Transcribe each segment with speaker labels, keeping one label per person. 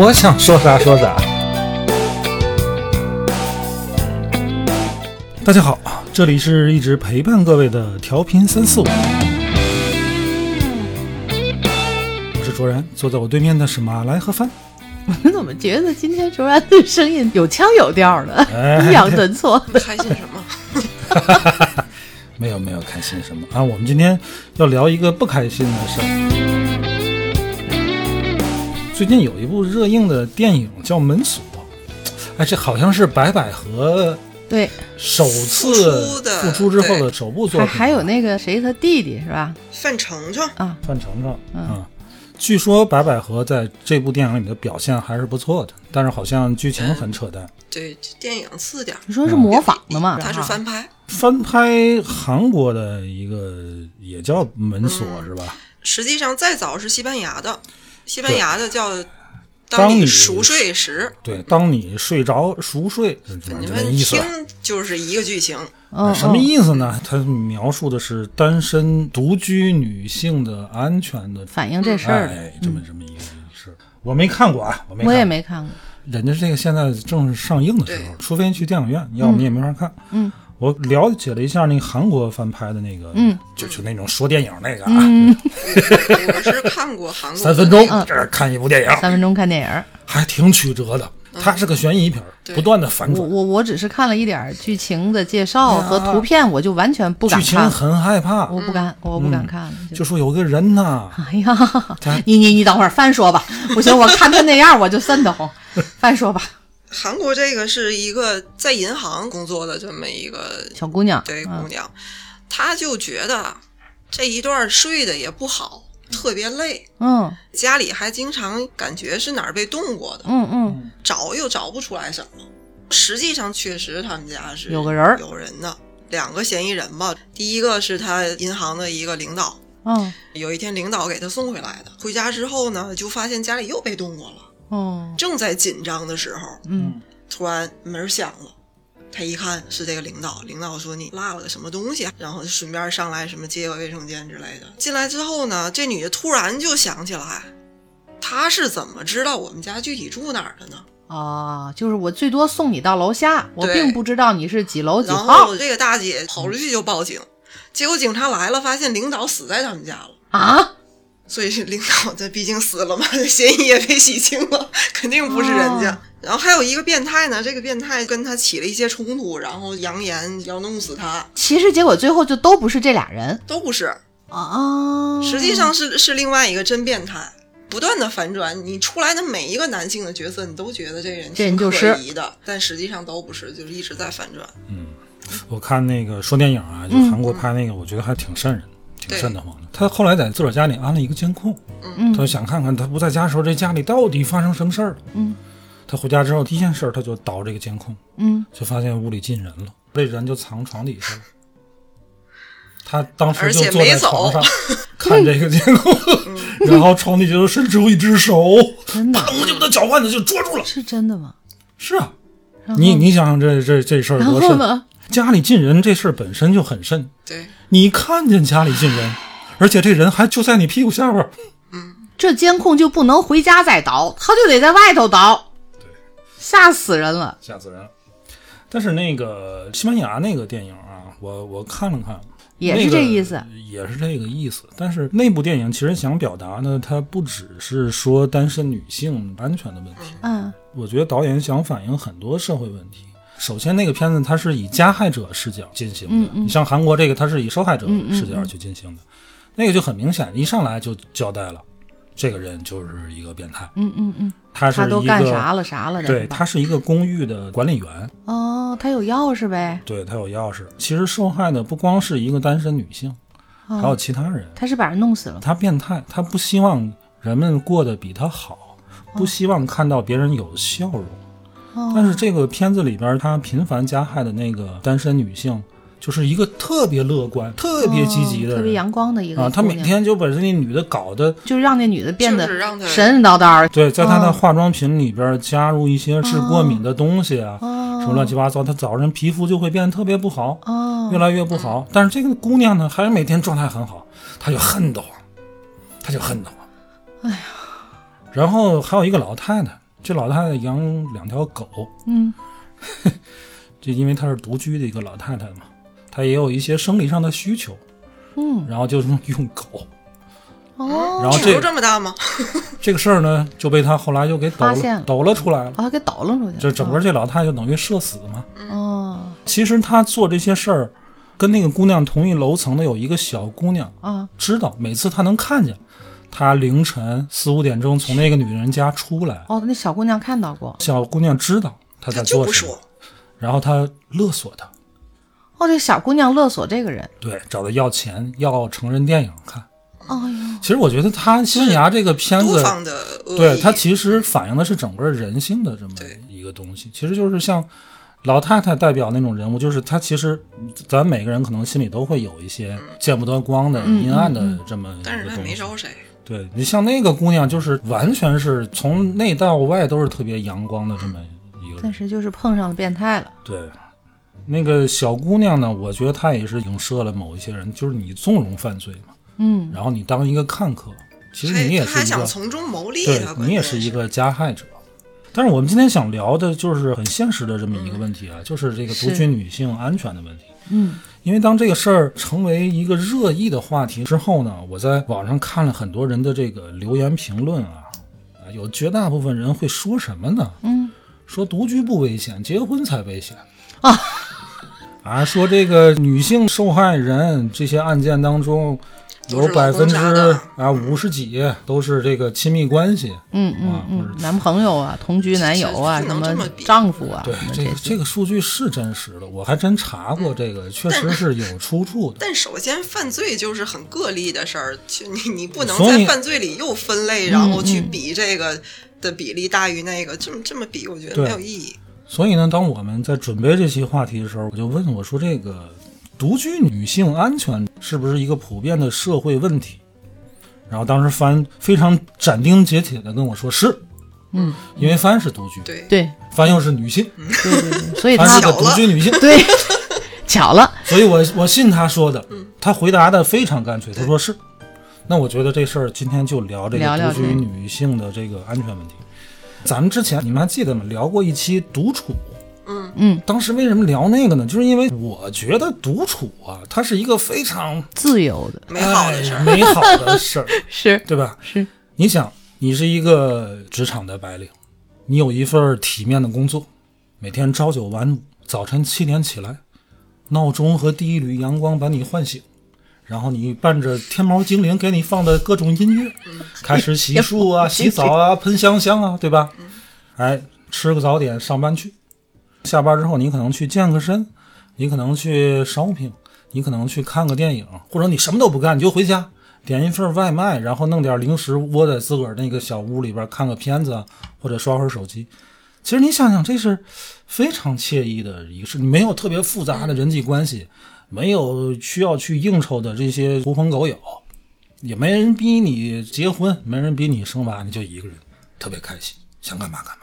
Speaker 1: 我想说啥说啥。大家好，这里是一直陪伴各位的调频三四五，我是卓然，坐在我对面的是马来和帆。
Speaker 2: 我怎么觉得今天卓然的声音有腔有调的，
Speaker 1: 哎
Speaker 2: 抑扬顿挫的？
Speaker 3: 开心什么？
Speaker 1: 没有没有开心什么啊？我们今天要聊一个不开心的事儿。最近有一部热映的电影叫《门锁》，哎，这好像是白百合
Speaker 2: 对，
Speaker 1: 首次
Speaker 3: 复出的
Speaker 1: 复出之后的首部作
Speaker 2: 还
Speaker 1: 品。
Speaker 2: 还有那个谁，他弟弟是吧？
Speaker 3: 范丞丞
Speaker 2: 啊，
Speaker 1: 范丞丞，嗯，据说白百合在这部电影里的表现还是不错的，但是好像剧情很扯淡。
Speaker 3: 对，这电影次点儿，
Speaker 2: 你说
Speaker 1: 嗯
Speaker 2: 是模仿的嘛？啊
Speaker 3: 他是翻拍，
Speaker 1: 翻拍韩国的一个也叫《门锁》
Speaker 2: 嗯
Speaker 1: 是吧？
Speaker 3: 实际上再早是西班牙的，西班牙的叫《
Speaker 1: 当你
Speaker 3: 你熟睡时
Speaker 1: 对，当你睡着熟睡，是》，这
Speaker 3: 你
Speaker 1: 么
Speaker 3: 们
Speaker 1: 意思。
Speaker 2: 啊
Speaker 3: 听就是一个剧情，
Speaker 2: 嗯，嗯
Speaker 1: 什么？意思呢？它描述的是单身独居女性的安全的，
Speaker 2: 反映这事儿的，
Speaker 1: 哎，这么这么一个是，我没看过啊，我没看
Speaker 2: 我
Speaker 1: 过
Speaker 2: 也没看过。
Speaker 1: 人家这个现在正是上映的时候，
Speaker 3: 对
Speaker 1: 除非去电影院，要不你也没法看。
Speaker 2: 嗯，
Speaker 1: 我了解了一下那个韩国翻拍的那个，
Speaker 2: 嗯，
Speaker 1: 就就那种说电影那个啊，
Speaker 3: 我是看过韩国
Speaker 1: 三分钟这儿看一部电影，
Speaker 2: 嗯三分钟看电影，
Speaker 1: 还挺曲折的。它是个悬疑片儿，
Speaker 3: 嗯对
Speaker 1: 不断的反
Speaker 2: 我
Speaker 1: 转，
Speaker 2: 我我只是看了一点儿剧情的介绍和图片，我就完全不敢
Speaker 1: 啊剧情
Speaker 2: 看，
Speaker 1: 很害怕。
Speaker 2: 我不
Speaker 3: 嗯
Speaker 2: 敢，我不敢看了。就
Speaker 1: 就说有个人呐，
Speaker 2: 哎呀，你你你等会儿，翻说吧，不行，我看他那样我就瘆 得慌。翻说吧，
Speaker 3: 韩国这个是一个在银行工作的这么一个
Speaker 2: 小姑娘，
Speaker 3: 对
Speaker 2: 嗯
Speaker 3: 姑娘，她就觉得这一段睡得也不好，特别累，
Speaker 2: 嗯
Speaker 3: 家里还经常感觉是哪儿被动过的，
Speaker 2: 嗯嗯，
Speaker 3: 找又找不出来什么。实际上，确实他们家是
Speaker 2: 有个人儿
Speaker 3: 有人的两个嫌疑人吧。第一个是他银行的一个领导，
Speaker 2: 嗯
Speaker 3: 有一天领导给他送回来的。回家之后呢，就发现家里又被动过了。
Speaker 2: 哦，
Speaker 3: 正在紧张的时候，
Speaker 2: 嗯
Speaker 3: 突然门响了，他一看是这个领导，领导说你落了个什么东西啊，然后就顺便上来什么接个卫生间之类的。进来之后呢，这女的突然就想起来，她是怎么知道我们家具体住哪儿的呢？
Speaker 2: 啊，就是我最多送你到楼下，我
Speaker 3: 对
Speaker 2: 并不知道你是几楼几
Speaker 3: 然
Speaker 2: 号
Speaker 3: 后这个大姐跑出去就报警，结果警察来了，发现领导死在他们家了。
Speaker 2: 啊，
Speaker 3: 所以领导这毕竟死了嘛， 嫌疑也被洗清了，肯定不是人家。
Speaker 2: 哦
Speaker 3: 然后还有一个变态呢，这个变态跟他起了一些冲突，然后扬言要弄死他，
Speaker 2: 其实结果最后就都不是这俩人
Speaker 3: 都不是，
Speaker 2: 啊，
Speaker 3: 实际上是是另外一个真变态，不断的反转。你出来的每一个男性的角色，你都觉得这人
Speaker 2: 这
Speaker 3: 挺
Speaker 2: 人就是
Speaker 3: 可疑的，但实际上都不是，就是一直在反转。
Speaker 1: 我看那个说电影啊，
Speaker 2: 嗯
Speaker 1: 就韩国拍那个，我觉得还挺瘆人，挺
Speaker 3: 对
Speaker 1: 瘆得慌的。他后来在自个儿家里安了一个监控，
Speaker 2: 嗯
Speaker 1: 他就想看看他不在家的时候，这家里到底发生什么事儿了。
Speaker 2: 嗯，
Speaker 1: 他回家之后第一件事儿，他就倒这个监控，
Speaker 2: 嗯，
Speaker 1: 就发现屋里进人了，这人就藏床底下了。他当时
Speaker 3: 而
Speaker 1: 就
Speaker 3: 且
Speaker 1: 坐在
Speaker 3: 没走
Speaker 1: 床上 看这个监控，
Speaker 2: 嗯
Speaker 1: 然后床底下就伸出一只手，
Speaker 2: 真 的
Speaker 1: 我就把他脚腕子就捉住了。
Speaker 2: 是真的吗？
Speaker 1: 是啊，
Speaker 2: 然后
Speaker 1: 你你想想这这这事儿
Speaker 2: 然
Speaker 1: 多
Speaker 2: 后
Speaker 1: 瘆！
Speaker 2: 呢？
Speaker 1: 家里进人这事儿本身就很瘆，
Speaker 3: 对，
Speaker 1: 你看见家里进人， 而且这人还就在你屁股下边儿。
Speaker 2: 这监控就不能回家再倒，他就得在外头倒，吓死人了。
Speaker 1: 吓死人了。但是那个西班牙那个电影啊，我我看了看，
Speaker 2: 也
Speaker 1: 那
Speaker 2: 是
Speaker 1: 个
Speaker 2: 这意思
Speaker 1: 也是这个意思。但是那部电影其实想表达呢，它不只是说单身女性安全的问题，
Speaker 2: 嗯
Speaker 1: 我觉得导演想反映很多社会问题。首先，那个片子它是以加害者视角进行的，
Speaker 2: 嗯
Speaker 1: 你像韩国这个，它是以受害者视角去进行的，那个就很明显，一上来就交代了，这个人就是一个变态，
Speaker 2: 嗯嗯嗯，
Speaker 1: 他是
Speaker 2: 他都
Speaker 1: 一
Speaker 2: 干
Speaker 1: 个
Speaker 2: 啥了啥了的？
Speaker 1: 对，
Speaker 2: 是吧
Speaker 1: 他是一个公寓的管理员，
Speaker 2: 哦，他有钥匙呗。
Speaker 1: 对他有钥匙。其实受害的不光是一个单身女性，
Speaker 2: 哦
Speaker 1: 还有其他人。
Speaker 2: 他是把人弄死了吗。
Speaker 1: 他变态，他不希望人们过得比他好，
Speaker 2: 哦
Speaker 1: 不希望看到别人有笑容。但是这个片子里边，她频繁加害的那个单身女性，就是一个特别乐观、特别积极的
Speaker 2: 哦特别
Speaker 1: 人
Speaker 2: 阳光的一个
Speaker 1: 啊，她
Speaker 2: 姑
Speaker 1: 每
Speaker 2: 娘
Speaker 1: 天就把这那女的搞得
Speaker 2: 就让那女的变得
Speaker 3: 就是让她
Speaker 2: 神神叨叨儿，
Speaker 1: 对，在她的化妆品里边加入一些是过敏的东西啊，什么乱七八糟，她早晨皮肤就会变得特别不好，
Speaker 2: 哦，
Speaker 1: 越来越不好。但是这个姑娘呢，还是每天状态很好，她就恨得慌，她就恨得慌。哎呀，然后还有一个老太太，这老太太养两条狗，
Speaker 2: 嗯，
Speaker 1: 就因为她是独居的一个老太太嘛，她也有一些生理上的需求，
Speaker 2: 嗯，
Speaker 1: 然后就是用狗。
Speaker 2: 哦，
Speaker 1: 然后
Speaker 3: 尺
Speaker 1: 这
Speaker 3: 度这么大吗？
Speaker 1: 这个事儿呢，就被她后来又给抖
Speaker 2: 发现
Speaker 1: 了
Speaker 2: 了
Speaker 1: 抖了出来了。
Speaker 2: 把她给倒楞出去了，
Speaker 1: 这整个这老太太就等于社死嘛。
Speaker 2: 哦
Speaker 1: 其实她做这些事儿，跟那个姑娘同一楼层的有一个小姑娘，
Speaker 2: 啊，
Speaker 1: 知道，每次他能看见，他凌晨四五点钟从那个女人家出来，
Speaker 2: 哦，那小姑娘看到过，
Speaker 1: 小姑娘知道他
Speaker 3: 他
Speaker 1: 在
Speaker 3: 就
Speaker 1: 做
Speaker 3: 不
Speaker 1: 什么
Speaker 3: 说，，
Speaker 1: 然后他勒索他，
Speaker 2: 哦，这小姑娘勒索这个人，
Speaker 1: 对，找他要钱，要成人电影看。
Speaker 2: 哎呦，
Speaker 1: 其实我觉得他《新芽》这个片
Speaker 3: 多
Speaker 1: 子，
Speaker 3: 方的恶意，
Speaker 1: 对它其实反映的是整个人性的这么一个东西，其实就是像。老太太代表那种人物，就是她。其实，咱每个人可能心里都会有一些见不得光的、阴暗的这么一
Speaker 3: 但是
Speaker 1: 个
Speaker 3: 他也
Speaker 1: 东
Speaker 3: 没
Speaker 1: 西。
Speaker 3: 招谁，
Speaker 1: 对你像那个姑娘，就是完全是从内到外都是特别阳光的这么一个人。
Speaker 2: 但是就是碰上了变态了，
Speaker 1: 对，那个小姑娘呢，我觉得她也是影射了某一些人，就是你纵容犯罪嘛，
Speaker 2: 嗯，
Speaker 1: 然后你当一个看客，其实
Speaker 3: 他
Speaker 1: 你也
Speaker 3: 也他
Speaker 1: 是
Speaker 3: 还
Speaker 1: 一个
Speaker 3: 想，从中牟利
Speaker 1: 对
Speaker 3: 啊，关
Speaker 1: 你也
Speaker 3: 键
Speaker 1: 是一个加害者。但是我们今天想聊的就是很现实的这么一个问题啊，就是这个独
Speaker 2: 是
Speaker 1: 居女性安全的问题。
Speaker 2: 嗯，
Speaker 1: 因为当这个事儿成为一个热议的话题之后呢，我在网上看了很多人的这个留言评论啊，啊，有绝大部分人会说什么呢？
Speaker 2: 嗯，
Speaker 1: 说独居不危险，结婚才危险啊！啊，说这个女性受害人这些案件当中，
Speaker 3: 都
Speaker 1: 有
Speaker 3: 是
Speaker 1: 百
Speaker 3: 老
Speaker 1: 分
Speaker 3: 公
Speaker 1: 之
Speaker 3: 渣男
Speaker 1: 啊五十几都是这个亲密关系。
Speaker 2: 嗯嗯
Speaker 1: 啊或
Speaker 2: 嗯，
Speaker 1: 者
Speaker 2: 男朋友啊，同居男友啊，
Speaker 3: 这这不能
Speaker 2: 什么
Speaker 3: 这么比
Speaker 2: 丈夫啊，
Speaker 1: 对
Speaker 2: 什么，
Speaker 1: 这个
Speaker 2: 些嗯
Speaker 1: 这个数据是真实的，我还真查过这个，确实是有出处的。
Speaker 3: 但首先，犯罪就是很个例的事儿，就你你不能
Speaker 1: 所以嗯
Speaker 3: 在犯罪里又分类，然后去比这个的比例大于那个，这么这么比，我觉得
Speaker 1: 对
Speaker 3: 没有意义。
Speaker 1: 所以呢，当我们在准备这期话题的时候，我就问我说：“这个独居女性安全是不是一个普遍的社会问题？”然后当时帆非常斩钉截铁的跟我说：“是，
Speaker 2: 嗯，
Speaker 1: 因为帆是独居，
Speaker 3: 对，
Speaker 2: 对
Speaker 1: 帆又是女性，
Speaker 2: 对对对，所以
Speaker 1: 帆
Speaker 2: 他
Speaker 1: 是个独居女性，
Speaker 2: 对 巧了，
Speaker 1: 所以我我信他说的，他回答的非常干脆，他说是。那我觉得这事儿今天就聊这
Speaker 2: 聊
Speaker 1: 个
Speaker 2: 聊
Speaker 1: 独
Speaker 2: 这
Speaker 1: 居
Speaker 2: 个
Speaker 1: 女性的这个安全问题。咱们之前你们还记得吗？聊过一期独处。
Speaker 2: 嗯，
Speaker 1: 当时为什么聊那个呢？就是因为我觉得独处啊，它是一个非常
Speaker 2: 自由的
Speaker 3: 美好的事儿，
Speaker 1: 哎美好的事儿，
Speaker 2: 是
Speaker 1: 对吧？
Speaker 2: 是，
Speaker 1: 你想，你是一个职场的白领，你有一份儿体面的工作，每天朝九晚五，早晨七点起来，闹钟和第一缕阳光把你唤醒，然后你伴着天猫精灵给你放的各种音乐，开始洗漱啊、洗澡啊、喷香香啊，对吧？哎，吃个早点上班去，下班之后你可能去健个身，你可能去 shopping，你可能去看个电影，或者你什么都不干，你就回家点一份外卖，然后弄点零食，窝在自个儿那个小屋里边看个片子，或者刷会儿手机。其实你想想，这是非常惬意的一个事，你没有特别复杂的人际关系，没有需要去应酬的这些狐朋狗友，也没人逼你结婚，没人逼你生娃，你就一个人，特别开心，想干嘛干嘛。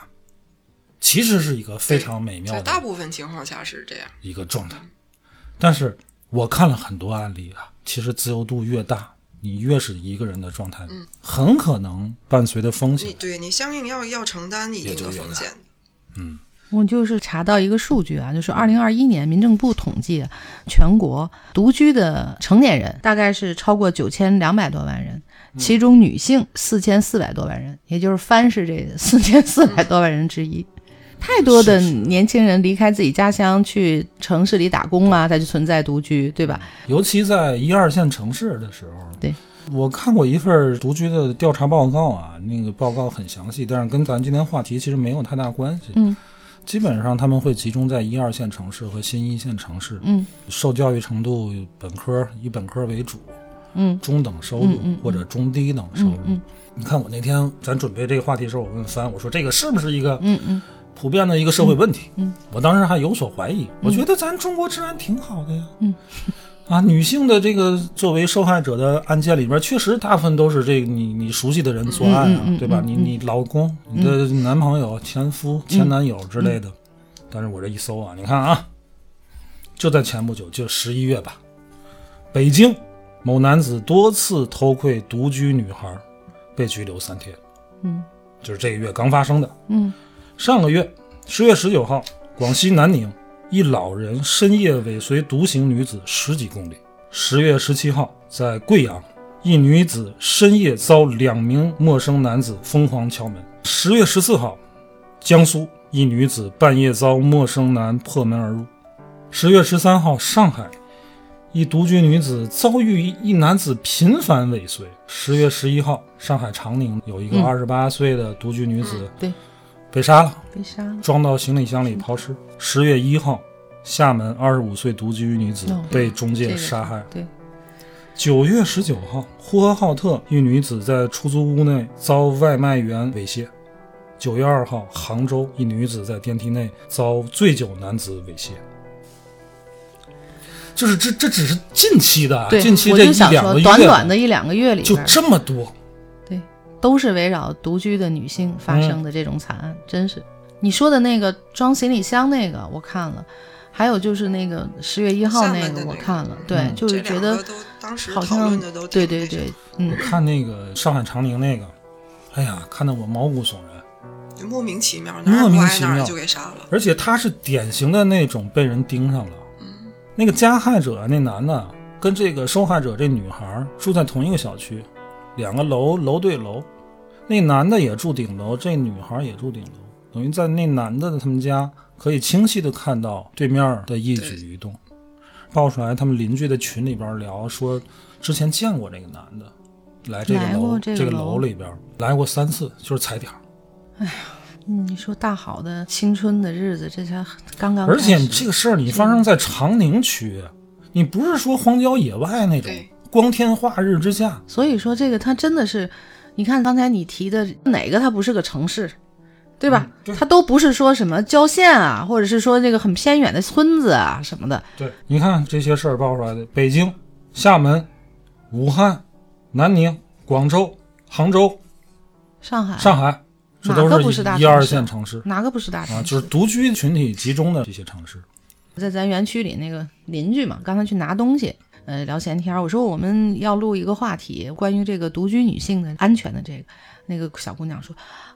Speaker 1: 其实是一个非常美妙
Speaker 3: 在
Speaker 1: 的
Speaker 3: 大部分情况下是这样。
Speaker 1: 一个状态。但是我看了很多案例啊，其实自由度越大，你越是一个人的状态，很可能伴随的风
Speaker 3: 你
Speaker 1: 险。
Speaker 3: 对你相应要要承担一定的风险，
Speaker 2: 我就是查到一个数据啊，就是二零二一年民政部统计，全国独居的成年人大概是超过九千两百多万人，
Speaker 1: 嗯
Speaker 2: 其中女性四千四百多万人，也就是翻是这四千四百多万人之一。太多的
Speaker 1: 是是
Speaker 2: 年轻人离开自己家乡去城市里打工啊，再去存在独居，对吧？
Speaker 1: 尤其在一二线城市的时候，
Speaker 2: 对。
Speaker 1: 我看过一份独居的调查报告啊，那个报告很详细，但是跟咱今天话题其实没有太大关系。
Speaker 2: 嗯，
Speaker 1: 基本上他们会集中在一二线城市和新一线城市，
Speaker 2: 嗯，
Speaker 1: 受教育程度本科以本科为主，
Speaker 2: 嗯
Speaker 1: 中等收入、
Speaker 2: 嗯嗯
Speaker 1: 或者中低等收入。
Speaker 2: 嗯嗯
Speaker 1: 你看我那天咱准备这个话题的时候，我问帆，我说这个是不是一个
Speaker 2: 嗯嗯
Speaker 1: 普遍的一个社会问题？
Speaker 2: 嗯
Speaker 1: 我当时还有所怀疑，我觉得咱中国治安挺好的呀。
Speaker 2: 嗯。
Speaker 1: 啊，女性的这个作为受害者的案件里边，确实大部分都是这个你你熟悉的人作案啊，
Speaker 2: 嗯嗯嗯
Speaker 1: 对吧？
Speaker 2: 嗯
Speaker 1: 你你老公、你的男朋友、前夫、前男友之类的。
Speaker 2: 嗯
Speaker 1: 但是我这一搜啊，你看啊，就在前不久，就十一月吧，北京某男子多次偷窥独居女孩，被拘留三天。
Speaker 2: 嗯，
Speaker 1: 就是这个月刚发生的。
Speaker 2: 嗯
Speaker 1: 上个月十月十九号，广西南宁一老人深夜尾随独行女子十几公里。十月十七号，在贵阳，一女子深夜遭两名陌生男子疯狂敲门。十月十四号，江苏一女子半夜遭陌生男破门而入。十月十三号，上海一独居女子遭遇一男子频繁尾随。十月十一号，上海长宁有一个
Speaker 2: 嗯
Speaker 1: 二十八岁的独居女子
Speaker 2: 对，嗯
Speaker 1: 被杀了，
Speaker 2: 被杀了。
Speaker 1: 装到行李箱里抛尸。十月一号，厦门二十五岁独居女子
Speaker 2: 哦
Speaker 1: 被中
Speaker 2: 这
Speaker 1: 介
Speaker 2: 个
Speaker 1: 杀害。
Speaker 2: 对，
Speaker 1: 九月十九号，呼和浩特一女子在出租屋内遭外卖员猥亵。九月二号，杭州一女子在电梯内遭醉酒男子猥亵。就是这这只是近期的啊，
Speaker 2: 对，
Speaker 1: 近期
Speaker 2: 我
Speaker 1: 这
Speaker 2: 就
Speaker 1: 一
Speaker 2: 想
Speaker 1: 两个
Speaker 2: 说，
Speaker 1: 月，
Speaker 2: 短短的一两个月里
Speaker 1: 就
Speaker 2: 边儿，
Speaker 1: 这么多。
Speaker 2: 对，都是围绕独居的女性发生
Speaker 1: 嗯
Speaker 2: 的这种惨案，真是。你说的那个装行李箱那个，我看了，还有就是那个十月一号
Speaker 3: 厦
Speaker 2: 那
Speaker 3: 门的那
Speaker 2: 我
Speaker 3: 个
Speaker 2: 看了，
Speaker 3: 嗯
Speaker 2: 对，
Speaker 1: 嗯
Speaker 2: 就
Speaker 3: 这
Speaker 2: 是觉
Speaker 3: 两
Speaker 2: 得
Speaker 3: 个都当时
Speaker 2: 好
Speaker 3: 讨
Speaker 2: 像
Speaker 3: 论的都
Speaker 2: 对
Speaker 3: 挺那
Speaker 2: 对
Speaker 3: 什么
Speaker 2: 对，嗯
Speaker 1: 我看那个上海长宁那个，哎呀，看得我毛骨悚然。
Speaker 3: 就莫名其妙，哪
Speaker 1: 莫
Speaker 3: 儿
Speaker 1: 名
Speaker 3: 不挨
Speaker 1: 其
Speaker 3: 哪儿
Speaker 1: 妙
Speaker 3: 就给杀了。
Speaker 1: 而且他是典型的那种被人盯上了。那个加害者那男的跟这个受害者这女孩儿住在同一个小区，两个楼楼对楼，那男的也住顶楼，这女孩儿也住顶楼，等于在那男的他们家可以清晰的看到对面的一举一动。爆出来，他们邻居的群里边聊说，之前见过这个男的，来这个
Speaker 2: 来
Speaker 1: 楼
Speaker 2: 过这个
Speaker 1: 这个
Speaker 2: 楼
Speaker 1: 楼里边来过三次，就是踩点儿。
Speaker 2: 嗯你说大好的青春的日子，这才刚刚开始，
Speaker 1: 而且你这个事儿你发生在长宁区，你不是说荒郊野外那种
Speaker 3: 对
Speaker 1: 光天化日之下，
Speaker 2: 所以说这个它真的是，你看刚才你提的哪个它不是个城市，对吧？
Speaker 1: 嗯
Speaker 2: 它都不是说什么郊县啊，或者是说这个很偏远的村子啊什么的，
Speaker 1: 对，你看这些事儿爆出来的，北京、厦门、武汉、南宁、广州、杭州、
Speaker 2: 上海
Speaker 1: 上海，这都
Speaker 2: 啊哪个不是大
Speaker 1: 一
Speaker 2: 城市
Speaker 1: 二线城市
Speaker 2: 哪个不是大城
Speaker 1: 啊，
Speaker 2: 市？
Speaker 1: 就是独居群体集中的这些城市。
Speaker 2: 在咱园区里那个邻居嘛，刚才去拿东西，呃，聊闲天儿，我说我们要录一个话题，关于这个独居女性的安全的这个。那个小姑娘说：“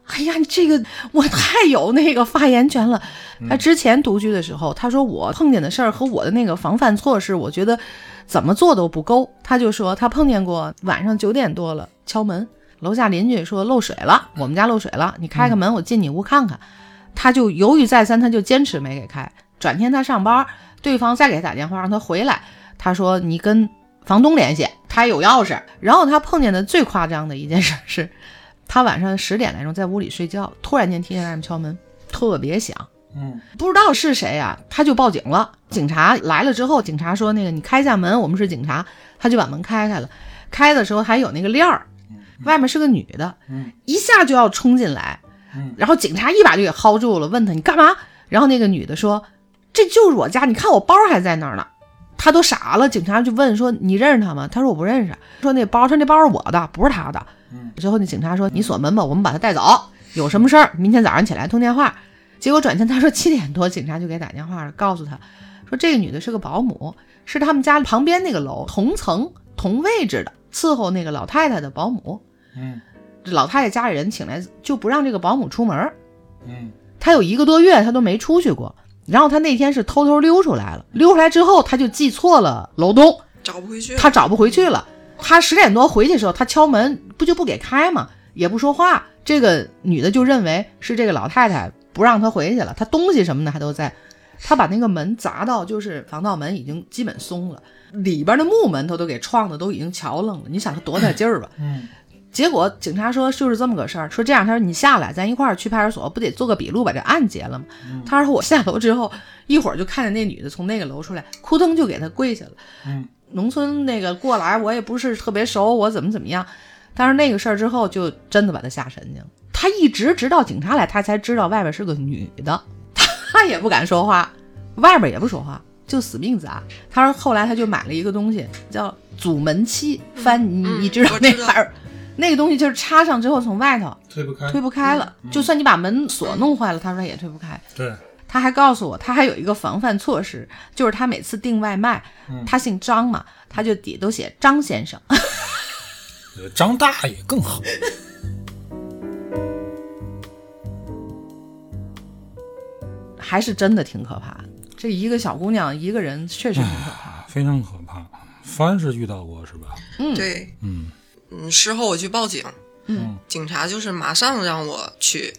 Speaker 2: 哎呀，你这个我太有那个发言权了。她之前独居的时候，她说我碰见的事儿和我的那个防范措施，我觉得怎么做都不够。她就说她碰见过晚上九点多了敲门，楼下邻居说漏水了，我们家漏水了，你开开门，我进你屋看看。他就犹豫再三，他就坚持没给开。转天他上班，对方再给他打电话让他回来，他说你跟房东联系，他有钥匙。然后他碰见的最夸张的一件事儿是，他晚上十点来钟在屋里睡觉，突然间听见外面敲门，特别响。
Speaker 1: 嗯，
Speaker 2: 不知道是谁呀、他就报警了。警察来了之后，警察说：“那个你开一下门，我们是警察。”他就把门开开了，开的时候还有那个链儿，外面是个女的，一下就要冲进来，然后警察一把就给薅住了，问他你干嘛？然后那个女的说：“这就是我家，你看我包还在那儿呢。”他都傻了，警察就问说：“你认识他吗？”他说：“我不认识。”说那包，他那包是我的，不是他的。最后那警察说：“你锁门吧，我们把他带走。有什么事儿，明天早上起来通电话。”结果转天他说七点多，警察就给打电话了，告诉他说这个女的是个保姆，是他们家旁边那个楼同层同位置的伺候那个老太太的保姆。
Speaker 1: 嗯
Speaker 2: 这老太太家里人请来就不让这个保姆出门儿，
Speaker 1: 嗯
Speaker 2: 他有一个多月他都没出去过。然后他那天是偷偷溜出来了，溜出来之后他就记错了楼东，
Speaker 3: 找不回去了，
Speaker 2: 他找不回去了。他十点多回去的时候，他敲门不就不给开吗？也不说话。这个女的就认为是这个老太太不让他回去了，她东西什么的还都在。她把那个门砸到，就是防盗门已经基本松了，里边的木门她都给撞的都已经瞧愣了。你想她多大劲儿吧？
Speaker 1: 嗯
Speaker 2: 结果警察说就是这么个事儿，说这样，他说你下来，咱一块儿去派出所，不得做个笔录把这案结了吗？他说我下楼之后，一会儿就看见那女的从那个楼出来，扑腾就给他跪下了。
Speaker 1: 嗯，
Speaker 2: 农村那个过来，我也不是特别熟，我怎么怎么样。但是那个事儿之后，就真的把他吓神经。他一直直到警察来，他才知道外边是个女的，他也不敢说话，外边也不说话，就死命砸。他说后来他就买了一个东西叫阻门漆，翻你
Speaker 3: 嗯
Speaker 2: 你知道
Speaker 3: 我知
Speaker 2: 那
Speaker 3: 道
Speaker 2: 玩意儿，那个东西就是插上之后从外头
Speaker 1: 推不开
Speaker 2: 推不开了，就算你把门锁弄坏了，他说也推不开。
Speaker 1: 对，
Speaker 2: 他还告诉我，他还有一个防范措施，就是他每次订外卖，
Speaker 3: 嗯
Speaker 2: 他姓张嘛，他就底都写张先生。
Speaker 1: 呃张大爷更好。
Speaker 2: 还是真的挺可怕的。这一个小姑娘一个人确实挺可怕。
Speaker 1: 非常可怕。帆是遇到过是吧？
Speaker 3: 对，
Speaker 1: 嗯
Speaker 3: 嗯，事后我去报警，
Speaker 2: 嗯，
Speaker 3: 警察就是马上让我去，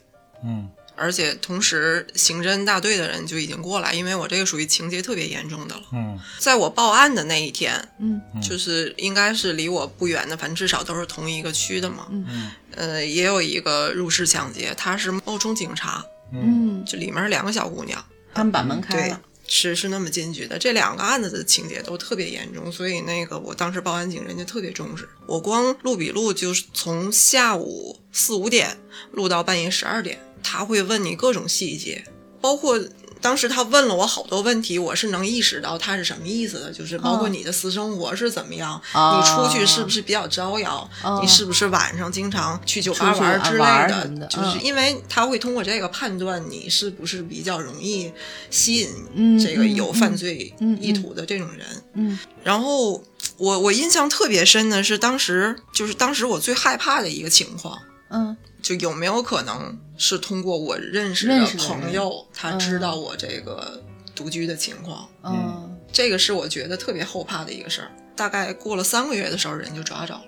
Speaker 1: 嗯
Speaker 3: 而且同时刑侦大队的人就已经过来，因为我这个属于情节特别严重的了。
Speaker 1: 嗯
Speaker 3: 在我报案的那一天，
Speaker 2: 嗯，
Speaker 3: 就是应该是离我不远的，反正至少都是同一个区的嘛。
Speaker 1: 嗯，
Speaker 3: 呃，也有一个入室抢劫，他是冒充警察，
Speaker 2: 嗯，
Speaker 3: 这里面是两个小姑娘，
Speaker 2: 他们把门开
Speaker 3: 对
Speaker 2: 了。，
Speaker 3: 是是那么进去的。这两个案子的情节都特别严重，所以那个我当时报案警人家特别重视。我光录笔录就是从下午四五点录到半夜十二点，他会问你各种细节，包括。当时他问了我好多问题，我是能意识到他是什么意思的，就是包括
Speaker 2: 哦
Speaker 3: 你的私生活是怎么样，
Speaker 2: 哦
Speaker 3: 你出去是不是比较招摇，
Speaker 2: 哦
Speaker 3: 你是不是晚上经常去酒吧
Speaker 2: 出去啊
Speaker 3: 玩儿之类
Speaker 2: 玩儿
Speaker 3: 的，
Speaker 2: 什么的
Speaker 3: 就是
Speaker 2: 嗯
Speaker 3: 因为他会通过这个判断你是不是比较容易吸
Speaker 2: 嗯
Speaker 3: 引这个有犯罪
Speaker 2: 嗯嗯
Speaker 3: 意图的这种人。
Speaker 2: 嗯
Speaker 3: 然后我我印象特别深的是，当时就是当时我最害怕的一个情况，
Speaker 2: 嗯
Speaker 3: 就有没有可能是通过我认识
Speaker 2: 认
Speaker 3: 的
Speaker 2: 识的人
Speaker 3: 朋友，他
Speaker 2: 嗯
Speaker 3: 知道我这个独居的情况，
Speaker 2: 嗯
Speaker 3: 这个是我觉得特别后怕的一个事儿。大概过了三个月的时候，人就抓着了。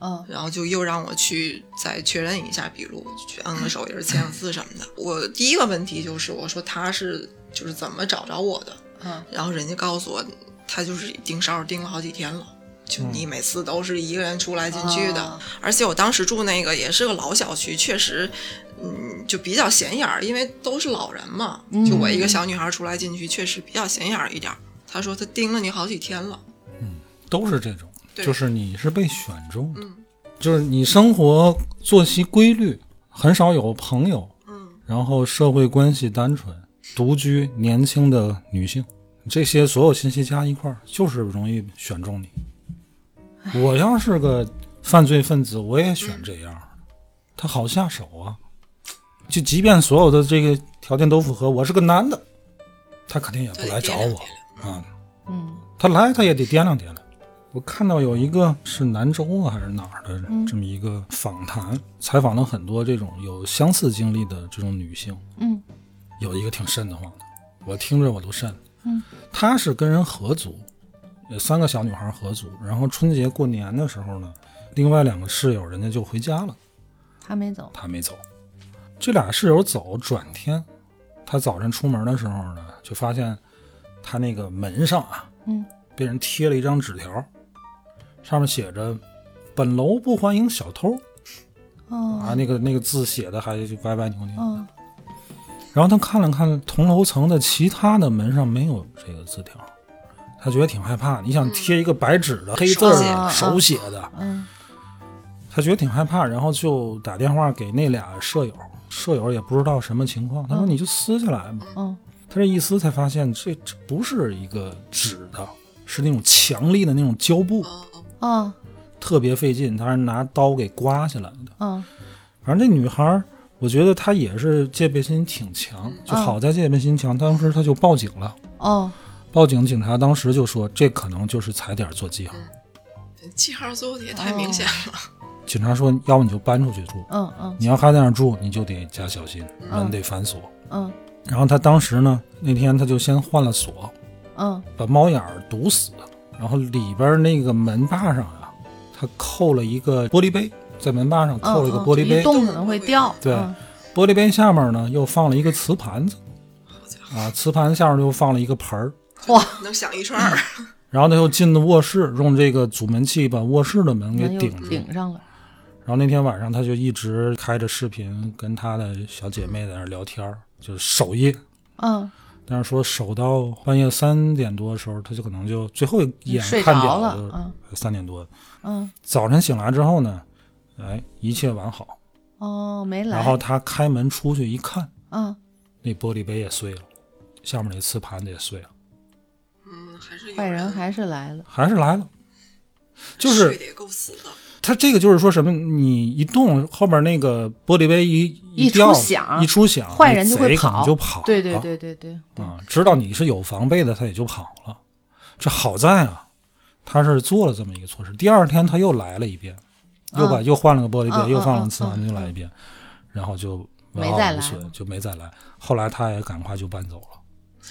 Speaker 2: 嗯
Speaker 3: 然后就又让我去再确认一下笔录，去按个手印、签个字什么的。我第一个问题就是，我说他是就是怎么找着我的？
Speaker 2: 嗯
Speaker 3: 然后人家告诉我，他就是盯梢盯了好几天了。就你每次都是一个人出来进去的，
Speaker 1: 嗯
Speaker 2: 哦
Speaker 3: 而且我当时住那个也是个老小区，确实，嗯，就比较显眼儿，因为都是老人嘛。
Speaker 1: 嗯
Speaker 3: 就我一个小女孩出来进去，确实比较显眼儿一点儿。他说他盯了你好几天了，
Speaker 1: 都是这种，
Speaker 3: 对嗯
Speaker 1: 就是你是被选中的，就是你生活作息规律，很少有朋友，
Speaker 3: 嗯，
Speaker 1: 然后社会关系单纯，独居，年轻的女性，这些所有信息加一块儿，就是容易选中你。我要是个犯罪分子，我也选这样儿，他好下手啊。就即便所有的这个条件都符合，我是个男的，他肯定也不
Speaker 3: 对
Speaker 1: 来找
Speaker 3: 掂量
Speaker 1: 我
Speaker 3: 掂
Speaker 1: 啊。
Speaker 2: 嗯
Speaker 1: 他来他也得掂量掂量。我看到有一个是兰州啊还是哪儿的这么一个访谈，采访了很多这种有相似经历的这种女性，
Speaker 2: 嗯，
Speaker 1: 有一个挺瘆得慌的，我听着我都瘆。嗯，她是跟人合租，呃三个小女孩合租，然后春节过年的时候呢，另外两个室友人家就回家了，
Speaker 2: 他没走。
Speaker 1: 她没走。这俩室友走，转天，她早晨出门的时候呢，就发现她那个门上啊，
Speaker 2: 嗯，
Speaker 1: 被人贴了一张纸条，上面写着“本楼不欢迎小偷”
Speaker 2: 哦
Speaker 1: 啊，那个那个字写的还歪歪扭扭。
Speaker 2: 哦
Speaker 1: 然后他看了看同楼层的其他的门上没有这个字条，他觉得挺害怕。你想贴一个白纸的黑字儿，啊手
Speaker 2: 嗯手
Speaker 1: 写的，
Speaker 2: 嗯
Speaker 1: 他觉得挺害怕，然后就打电话给那俩舍友，舍友也不知道什么情况，他说你就撕下来吧。
Speaker 2: 嗯
Speaker 1: 他这一撕才发现这这不是一个纸的，是那种强力的那种胶布，
Speaker 3: 哦哦，
Speaker 2: 哦
Speaker 1: 特别费劲，他是拿刀给刮下来的。
Speaker 2: 哦
Speaker 1: 反正这女孩儿，我觉得她也是戒备心挺强，就好在戒备心强，当时她就报警了。
Speaker 2: 哦
Speaker 1: 报警，警察当时就说这可能就是踩点儿啊做记号。
Speaker 3: 记嗯号做的也
Speaker 1: 哦
Speaker 3: 太明显了。
Speaker 1: 警察说，要不你就搬出去住，
Speaker 2: 嗯嗯
Speaker 1: 你要还在那儿住，你就得加小心，门
Speaker 2: 嗯
Speaker 1: 得反锁。
Speaker 2: 嗯
Speaker 1: 然后她当时呢，那天她就先换了锁，
Speaker 2: 嗯
Speaker 1: 把猫眼儿堵死，然后里边儿那个门把上啊，她扣了一个玻璃杯，在门把上哦扣了一个玻璃杯，
Speaker 2: 嗯动可能会掉。嗯
Speaker 1: 对，玻璃杯下面呢又放了一个瓷盘子，啊，瓷盘下面又放了一个盆儿，
Speaker 3: 能想一串 儿。
Speaker 1: 然后他又进的卧室，用这个阻门器把卧室的门给
Speaker 2: 又
Speaker 1: 顶住。
Speaker 2: 顶上了。
Speaker 1: 然后那天晚上他就一直开着视频跟他的小姐妹在那儿聊天儿，就是守夜。
Speaker 2: 嗯
Speaker 1: 但是说守到半夜三点多的时候，他就可能就最后一眼
Speaker 2: 睡
Speaker 1: 看
Speaker 2: 着
Speaker 1: 表
Speaker 2: 了
Speaker 1: 就
Speaker 2: 嗯
Speaker 1: 三点多。
Speaker 2: 嗯，
Speaker 1: 早晨醒来之后呢，哎，一切完好。哎
Speaker 2: 哦，没来。
Speaker 1: 然后他开门出去一看，
Speaker 2: 嗯，
Speaker 1: 那玻璃杯也碎了，下面那瓷盘子也碎了，
Speaker 3: 嗯，还是有
Speaker 2: 坏人还是来了。
Speaker 1: 还是来了。就
Speaker 3: 睡
Speaker 1: 是
Speaker 3: 得也够死的，
Speaker 1: 他这个就是说什么，你一动后面那个玻璃杯一
Speaker 2: 一出
Speaker 1: 掉，
Speaker 2: 响
Speaker 1: 一出响，
Speaker 2: 坏人
Speaker 1: 那
Speaker 2: 就会
Speaker 1: 贼可能
Speaker 2: 跑
Speaker 1: 就跑了。
Speaker 2: 对对对对对，
Speaker 1: 啊，知道你是有防备的，他也就跑了。这好在啊，他是做了这么一个措施。第二天他又来了一遍，又把、又换了个玻璃杯，
Speaker 2: 嗯
Speaker 1: 又放
Speaker 2: 嗯
Speaker 1: 了
Speaker 2: 嗯
Speaker 1: 磁盘，又来一遍，然后就完
Speaker 2: 没
Speaker 1: 好
Speaker 2: 再
Speaker 1: 无
Speaker 2: 来
Speaker 1: 损
Speaker 2: 了，
Speaker 1: 就没再来。后来他也赶快就搬走了。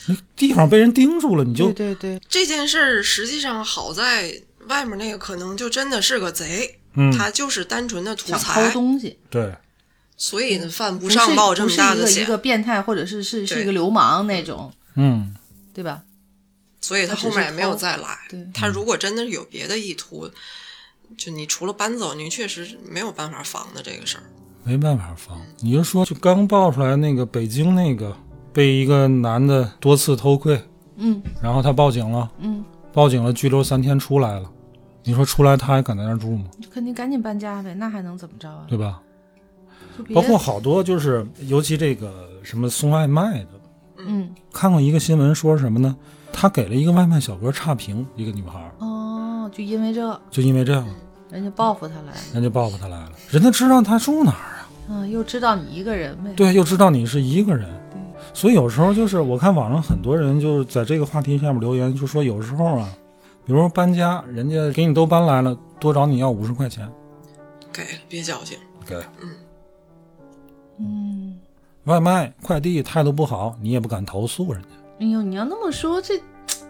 Speaker 1: 那地方被人盯住了，你就
Speaker 2: 对对对，
Speaker 3: 这件事儿实际上好在外面那个可能就真的是个贼，
Speaker 1: 嗯，
Speaker 3: 他就是单纯的图
Speaker 2: 想偷
Speaker 3: 财，
Speaker 2: 东西，
Speaker 1: 对
Speaker 3: 所以呢犯不
Speaker 2: 不
Speaker 3: 上
Speaker 2: 是
Speaker 3: 冒这么大的
Speaker 2: 不是一个一
Speaker 3: 险，
Speaker 2: 个变态或者是是是
Speaker 3: 对
Speaker 2: 一个流氓那种，
Speaker 1: 嗯
Speaker 2: 对吧？
Speaker 3: 所以他
Speaker 2: 他只
Speaker 3: 后面
Speaker 2: 是
Speaker 3: 也没有
Speaker 2: 偷嗯
Speaker 3: 再来
Speaker 2: 对。
Speaker 3: 他如果真的是有别的意图，就你除了搬走，你确实没有办法防的这个事儿。
Speaker 1: 没办法放。你就说，就刚爆出来那个北京那个被一个男的多次偷窥，
Speaker 2: 嗯
Speaker 1: 然后他报警了，
Speaker 2: 嗯，
Speaker 1: 报警了，拘留三天出来了。你说出来他还敢在那儿住吗？
Speaker 2: 肯定赶紧搬家呗，那还能怎么着啊？
Speaker 1: 对吧？
Speaker 2: 就别
Speaker 1: 包括好多就是，尤其这个什么送外卖的，
Speaker 2: 嗯
Speaker 1: 看过一个新闻说什么呢？他给了一个外卖小哥差评，一个女孩儿
Speaker 2: 哦，就因为这
Speaker 1: 就因为这样，
Speaker 2: 人家报复他来了，
Speaker 1: 人家报复他来了。人家知道他住哪儿，
Speaker 2: 嗯，又知道你一个人呗，
Speaker 1: 对，又知道你是一个人，所以有时候就是我看网上很多人就是在这个话题下面留言，就说有时候啊，比如说搬家，人家给你都搬来了，多找你要五十块钱，
Speaker 3: 给了，别矫情。
Speaker 1: 给
Speaker 2: 嗯，
Speaker 1: 外卖快递态度不好，你也不敢投诉人家。
Speaker 2: 哎呦，你要那么说，这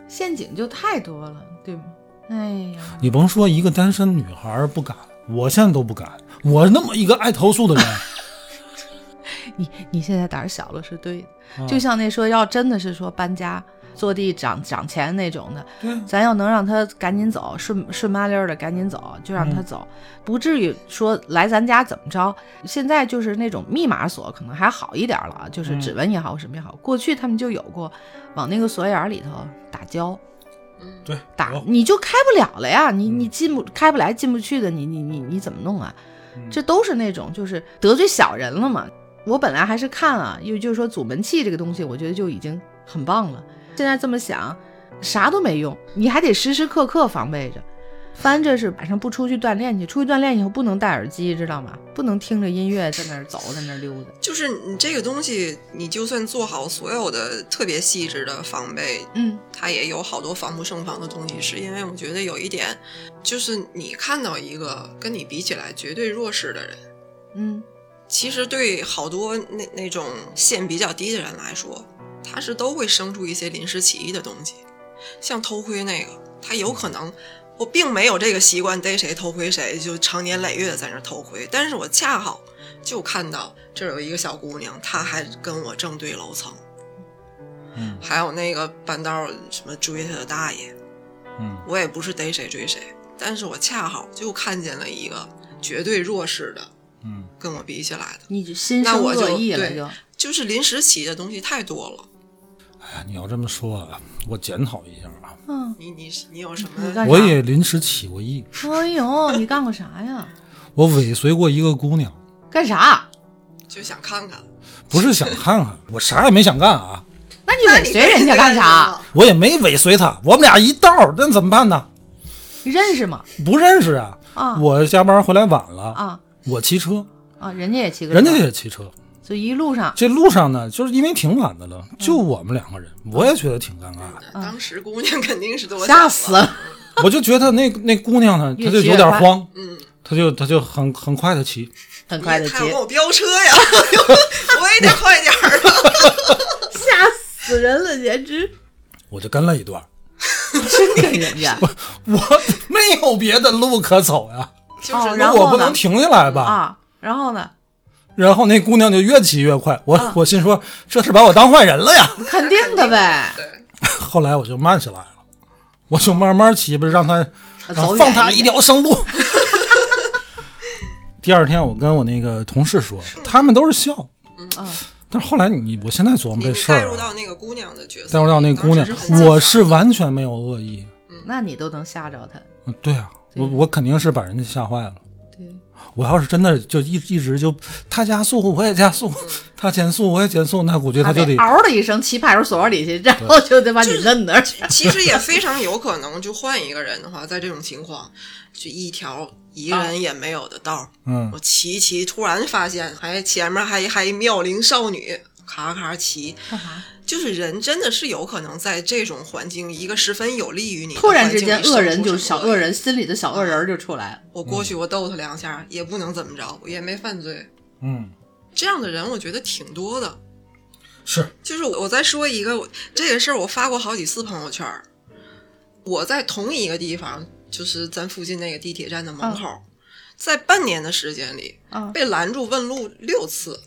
Speaker 2: 陷阱就太多了，对吗？哎呀，
Speaker 1: 你甭说一个单身女孩儿不敢，我现在都不敢。我那么一个爱投诉 的人，
Speaker 2: 你你现在胆儿小了是对的，
Speaker 1: 啊
Speaker 2: 就像那说要真的是说搬家坐地涨涨钱那种的，
Speaker 1: 对啊
Speaker 2: 咱要能让他赶紧走，顺顺麻溜儿的赶紧走，就让他
Speaker 1: 嗯
Speaker 2: 走，不至于说来咱家怎么着。现在就是那种密码锁可能还好一点儿了啊，就是
Speaker 1: 嗯
Speaker 2: 指纹也好什么也好，过去他们就有过往那个锁眼儿里头打胶。
Speaker 1: 对
Speaker 2: 打
Speaker 3: 哦
Speaker 1: 我
Speaker 2: 你就开不了了呀，你
Speaker 3: 嗯
Speaker 2: 你进不开不来进不去的，你你你你怎么弄啊？
Speaker 3: 嗯
Speaker 2: 这都是那种就是得罪小人了嘛。我本来还是看啊，又就是说阻门器这个东西，我觉得就已经很棒了。现在这么想，啥都没用，你还得时时刻刻防备着。翻着是晚上不出去锻炼去，出去锻炼以后不能戴耳机，知道吗？不能听着音乐在那儿走，在那儿溜达。
Speaker 3: 就是你这个东西，你就算做好所有的特别细致的防备，
Speaker 2: 嗯
Speaker 3: 它也有好多防不胜防的东西。是因为我觉得有一点，就是你看到一个跟你比起来绝对弱势的人，
Speaker 2: 嗯，
Speaker 3: 其实对好多那那种线比较低的人来说，他是都会生出一些临时起意的东西，像偷窥那个，他有可能我并没有这个习惯逮谁偷窥谁，就长年累月的在那儿偷窥，但是我恰好就看到这儿有一个小姑娘，她还跟我正对楼层，
Speaker 1: 嗯
Speaker 3: 还有那个半道儿什么追她的大爷，
Speaker 1: 嗯
Speaker 3: 我也不是逮谁追谁，但是我恰好就看见了一个绝对弱势的，
Speaker 1: 嗯，
Speaker 3: 跟我比起来的。
Speaker 2: 你就心
Speaker 3: 那
Speaker 2: 生
Speaker 3: 我就
Speaker 2: 恶意了
Speaker 3: 对
Speaker 2: 就。
Speaker 3: 就是临时起的东西太多了。
Speaker 1: 哎，你要这么说啊，我检讨一下啊，
Speaker 2: 嗯，
Speaker 3: 你你你有什
Speaker 2: 你
Speaker 3: 么？
Speaker 2: 干啥？
Speaker 1: 我也临时起过意，
Speaker 2: 哎呦，你干过啥 呀？
Speaker 1: 我尾随过一个姑娘，
Speaker 2: 干啥？
Speaker 3: 就想看看，
Speaker 1: 不是想看看，我啥也没想干啊，
Speaker 2: 那你尾随人家干啥？？
Speaker 1: 我也没尾随她，我们俩一道儿，那怎么办呢？
Speaker 2: 认识吗？
Speaker 1: 不认识啊，
Speaker 2: 啊
Speaker 1: 我下班回来晚了，
Speaker 2: 啊
Speaker 1: 我骑车，
Speaker 2: 啊！人家也骑个车，
Speaker 1: 人家也骑车，
Speaker 2: 就一路上
Speaker 1: 这路上呢，就是因为挺晚的
Speaker 2: 嗯
Speaker 1: 了，就我们两个人，我也觉得挺尴尬的。
Speaker 3: 当时姑娘肯定是多
Speaker 2: 吓死了。
Speaker 1: 我就觉得那那姑娘呢，
Speaker 2: 越
Speaker 1: 她就
Speaker 2: 骑
Speaker 1: 有
Speaker 2: 越
Speaker 1: 点
Speaker 2: 快
Speaker 1: 慌，
Speaker 3: 嗯，
Speaker 1: 她就她就很很快的骑，
Speaker 2: 很
Speaker 3: 你
Speaker 2: 快的
Speaker 3: 也
Speaker 2: 接
Speaker 3: 太，跟我飙车呀！ 我也得快点儿 啊！
Speaker 2: 吓死人了，简直
Speaker 1: 我就跟了一段儿，
Speaker 2: 真跟人家
Speaker 1: 我没有别的路可走呀，
Speaker 3: 就是
Speaker 2: 哦
Speaker 3: 如
Speaker 2: 然后
Speaker 3: 果
Speaker 1: 我不
Speaker 2: 呢
Speaker 1: 能停下来吧？
Speaker 2: 啊！然后呢，
Speaker 1: 然后那姑娘就越骑越快，我、
Speaker 2: 啊
Speaker 1: 我心说这是把我当坏人了呀。
Speaker 2: 肯定的呗，
Speaker 3: 对，
Speaker 1: 后来我就慢下来了，我就慢慢骑吧，让她然
Speaker 2: 走
Speaker 1: 后
Speaker 2: 远
Speaker 1: 放她
Speaker 2: 一
Speaker 1: 一
Speaker 2: 点
Speaker 1: 条生路。第二天我跟我那个同事说，他们都是笑，
Speaker 2: 嗯
Speaker 1: 但是后来你，我现在琢磨
Speaker 3: 你
Speaker 1: 这
Speaker 3: 你
Speaker 1: 事
Speaker 3: 带
Speaker 1: 儿
Speaker 3: 入
Speaker 1: 啊，
Speaker 3: 到那个姑娘的角色，
Speaker 1: 带入到那姑娘
Speaker 3: 你当时很紧，张
Speaker 1: 我是完全没有恶意。
Speaker 2: 那你都能吓着他。
Speaker 1: 嗯对啊，
Speaker 2: 对
Speaker 1: 我我肯定是把人家吓坏了。
Speaker 2: 对，
Speaker 1: 我要是真的就一一直就他加速我也加速，他减速我也减速，那估计他就得
Speaker 2: 嗷的一声骑派出所里去，然后就得把你摁那儿去。
Speaker 3: 其实也非常有可能，就换一个人的话，在这种情况，就一条一
Speaker 2: 啊
Speaker 3: 个人也没有的道儿，
Speaker 1: 嗯
Speaker 3: 我骑一骑，突然发现还前面还还一妙龄少女，咔咔骑，
Speaker 2: 干嘛？
Speaker 3: 就是人真的是有可能在这种环境，一个十分有利于你的
Speaker 2: 突然
Speaker 3: 环境
Speaker 2: 之
Speaker 3: 里
Speaker 2: 间，恶人就小恶
Speaker 3: 生
Speaker 2: 人，心里的小恶人儿就出来了。
Speaker 3: 出我过去我逗他两下，也不能怎么着，我也没犯罪。
Speaker 1: 嗯
Speaker 3: 这样的人我觉得挺多的，
Speaker 1: 是
Speaker 3: 就是我我再说一个，我这个事儿我发过好几次朋友圈儿。我在同一个地方，就是咱附近那个地铁站的
Speaker 2: 嗯
Speaker 3: 门口，在半年的时间里
Speaker 2: 啊
Speaker 3: 被拦住问路六次，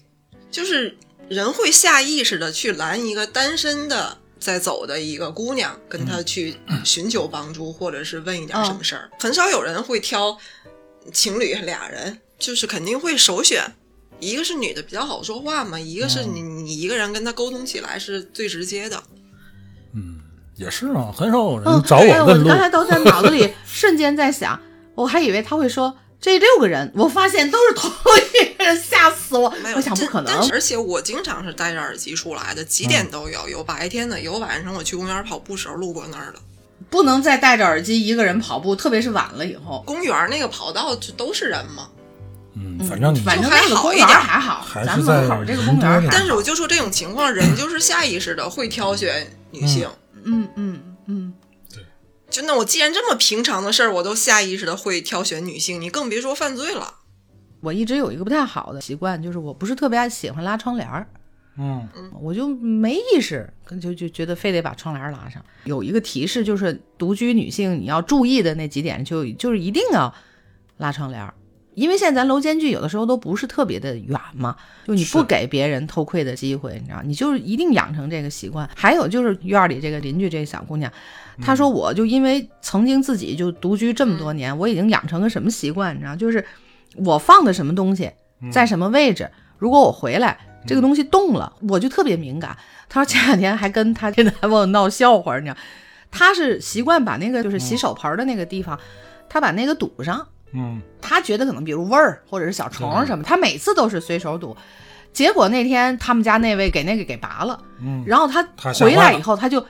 Speaker 3: 就是人会下意识的去拦一个单身的在走的一个姑娘，跟她去寻求帮助，或者是问一
Speaker 2: 嗯
Speaker 3: 点什么事儿。很少有人会挑情侣俩人，就是肯定会首选。一个是女的比较好说话嘛，一个是你你一个人跟她沟通起来是最直接的。
Speaker 1: 也是啊，很少有
Speaker 2: 嗯，
Speaker 1: 人找
Speaker 2: 哎
Speaker 1: 我
Speaker 2: 我
Speaker 1: 问路
Speaker 2: 刚。才都在脑子里瞬间在想，我还以为他会说这六个人，我发现都是同一个人，吓死我
Speaker 3: 没！有，
Speaker 2: 我想不
Speaker 3: 这
Speaker 2: 可能
Speaker 3: 但。是而且我经常是戴着耳机出来的，几点都有，有白天的，有晚上我去公园跑步时候路过那儿的。
Speaker 2: 不能再戴着耳机一个人跑步，特别是晚了以后。
Speaker 3: 公园那个跑道就都是人嘛。
Speaker 1: 嗯，反正你
Speaker 2: 反正
Speaker 3: 还
Speaker 2: 那个
Speaker 3: 好
Speaker 2: 公
Speaker 3: 一
Speaker 2: 园儿
Speaker 3: 点
Speaker 2: 还好，
Speaker 1: 还
Speaker 2: 咱
Speaker 1: 是
Speaker 2: 们门
Speaker 1: 在
Speaker 2: 口这个
Speaker 1: 人
Speaker 2: 公园
Speaker 1: 多
Speaker 2: 儿还
Speaker 1: 点
Speaker 2: 好
Speaker 3: 但是我就说这种情况，人 就是下意识的会挑选女性。
Speaker 2: 嗯嗯嗯，
Speaker 3: 就那我既然这么平常的事儿，我都下意识的会挑选女性，你更别说犯罪了。
Speaker 2: 我一直有一个不太好的习惯，就是我不是特别爱喜欢拉窗帘儿，
Speaker 1: 嗯
Speaker 2: 我就没意识，就就觉得非得把窗帘儿拉上。有一个提示就是，独居女性你要注意的那几点就，就是一定要拉窗帘儿。因为现在咱楼间距有的时候都不是特别的远嘛，就你不
Speaker 1: 是
Speaker 2: 给别人偷窥的机会，你知道，你就是一定养成这个习惯。还有就是院儿里这个邻居这小姑娘，她说我就因为曾经自己就独居这么多年，我已经养成个什么习惯，你知道，就是我放的什么东西在什么位置，如果我回来这个东西动了，我就特别敏感。她说前两天还跟她现在还问我闹笑话，你知道，她是习惯把那个就是洗手盆儿的那个地方，她把那个堵上。
Speaker 1: 嗯，
Speaker 2: 他觉得可能比如味儿或者是小虫儿什么，他每次都是随手堵。结果那天他们家那位给那个给拔了，
Speaker 1: 嗯
Speaker 2: 然后他
Speaker 1: 他吓
Speaker 2: 回
Speaker 1: 坏
Speaker 2: 来
Speaker 1: 了
Speaker 2: 以后，他就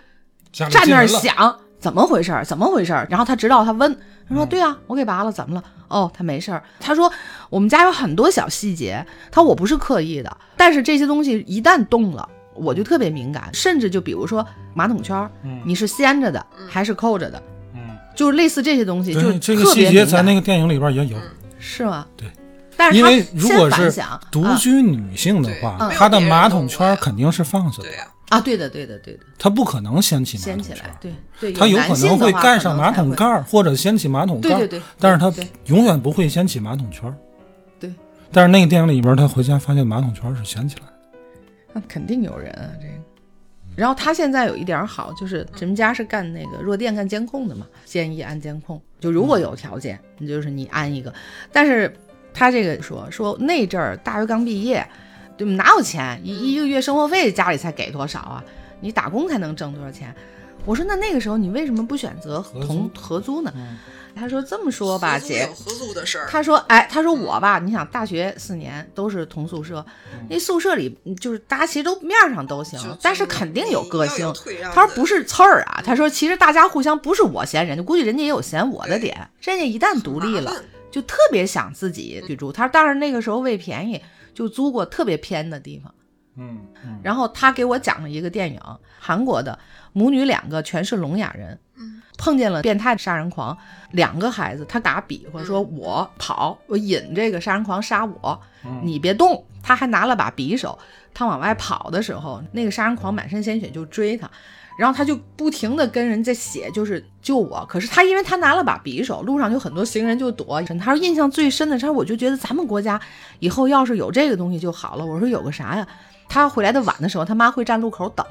Speaker 1: 家里
Speaker 2: 站
Speaker 1: 进
Speaker 2: 那儿
Speaker 1: 人了，
Speaker 2: 想怎么回事儿，怎么回事儿。然后他直到他问，他
Speaker 1: 嗯
Speaker 2: 说：“对啊，我给拔了，怎么了？”哦，他没事儿。他说我们家有很多小细节，他说我不是刻意的，但是这些东西一旦动了。我就特别敏感，甚至就比如说马桶圈儿，
Speaker 1: 嗯
Speaker 2: 你是掀着的还是扣着的，
Speaker 1: 嗯，
Speaker 2: 就是类似这些东西，就
Speaker 1: 对这个
Speaker 2: 特别
Speaker 1: 细节
Speaker 2: 敏
Speaker 1: 在
Speaker 2: 感
Speaker 1: 那个电影里边也有。
Speaker 2: 是吗？
Speaker 1: 对，
Speaker 2: 但是
Speaker 1: 因
Speaker 2: 他
Speaker 1: 为如
Speaker 2: 先
Speaker 1: 果
Speaker 2: 反
Speaker 1: 是
Speaker 2: 想
Speaker 1: 独
Speaker 2: 啊
Speaker 1: 居女性的
Speaker 3: 对
Speaker 1: 话，
Speaker 3: 嗯
Speaker 1: 她的
Speaker 3: 没有别人
Speaker 1: 马
Speaker 3: 动
Speaker 1: 桶
Speaker 3: 过
Speaker 1: 圈
Speaker 3: 呀
Speaker 1: 儿肯定是放下的
Speaker 3: 对，呀、
Speaker 2: 啊，对的，对的，对的，
Speaker 1: 她不可能掀起马
Speaker 2: 掀
Speaker 1: 桶
Speaker 2: 起
Speaker 1: 圈儿
Speaker 2: 来，。对对，
Speaker 1: 她有
Speaker 2: 男
Speaker 1: 可
Speaker 2: 性
Speaker 1: 能
Speaker 2: 的
Speaker 1: 会
Speaker 2: 话
Speaker 1: 盖
Speaker 2: 可
Speaker 1: 上
Speaker 2: 能
Speaker 1: 马
Speaker 2: 才
Speaker 1: 桶
Speaker 2: 会
Speaker 1: 盖，儿或者掀起马桶盖
Speaker 2: 对
Speaker 1: 儿，
Speaker 2: 对对，
Speaker 1: 但是她
Speaker 2: 对
Speaker 1: 永远不会掀起马桶圈儿。
Speaker 2: 对，
Speaker 1: 但是那个电影里边，她回家发现马桶圈儿是掀起来的。
Speaker 2: 那肯定有人啊，这个。然后他现在有一点好，就是咱们家是干那个弱电干监控的嘛，建议安监控。就如果有条件，你就是你安一个。但是他这个说说那阵儿大学刚毕业，对哪有钱一一个月生活费家里才给多少啊？你打工才能挣多少钱？我说那那个时候你为什么不选择
Speaker 1: 合租
Speaker 2: 同合租呢？
Speaker 1: 嗯
Speaker 2: 他说这么说
Speaker 3: 合
Speaker 2: 吧，
Speaker 3: 租
Speaker 2: 姐，
Speaker 3: 有合租的事儿，
Speaker 2: 他说：“哎，他说我吧，你想大学四年都是同宿舍，那宿舍里嗯就是大家其实都面儿上都行
Speaker 3: 就，
Speaker 2: 但是肯定有个性。他说不
Speaker 3: 是
Speaker 2: 是刺儿啊，他说其实大家互相不是我嫌人家，估计人家也有嫌我的
Speaker 3: 对
Speaker 2: 点。人家一旦独立了，就特别想自己居住。他说，但是那个时候为便宜就租过特别偏的地方。
Speaker 1: 嗯嗯
Speaker 2: 然后他给我讲了一个电影，韩国的母女两个全是聋哑人，
Speaker 3: 嗯
Speaker 2: 碰见了变态杀人狂，两个孩子，他打比划说：“我跑，我引这个杀人狂杀我，
Speaker 1: 嗯
Speaker 2: 你别动。”他还拿了把匕首，他往外跑的时候，那个杀人狂满身鲜血就追他。然后他就不停的跟人家写，就是救我。可是他因为他拿了把匕首，路上有很多行人就躲。他说印象最深的，他说我就觉得咱们国家以后要是有这个东西就好了。我说有个啥呀？他回来的晚的时候，他妈会站路口等。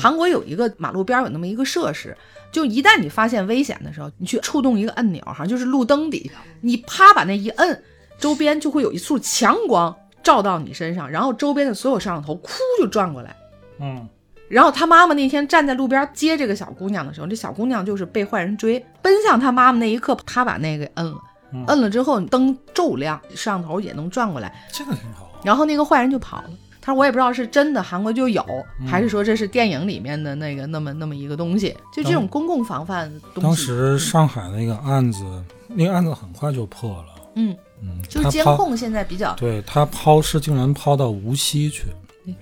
Speaker 2: 韩国有一个马路边有那么一个设施，就一旦你发现危险的时候，你去触动一个按钮，好像就是路灯底，你啪把那一摁，周边就会有一束强光照到你身上，然后周边的所有摄像头哭就转过来。
Speaker 1: 嗯，
Speaker 2: 然后他妈妈那天站在路边接这个小姑娘的时候，这小姑娘就是被坏人追，奔向他妈妈那一刻，他把那个摁了
Speaker 1: 嗯，
Speaker 2: 摁了之后灯骤亮，摄像头也能转过来，
Speaker 1: 这个挺好啊。
Speaker 2: 然后那个坏人就跑了。他说我也不知道是真的韩国就有，还
Speaker 1: 嗯
Speaker 2: 是说这是电影里面的那个那么那么一个东西，就这种公共防范东西。
Speaker 1: 当时上海那个案子，那个案子很快就破了。
Speaker 2: 嗯，
Speaker 1: 嗯，
Speaker 2: 就是
Speaker 1: 他
Speaker 2: 监
Speaker 1: 抛
Speaker 2: 控现在比较
Speaker 1: 对他抛尸竟然抛到无锡去。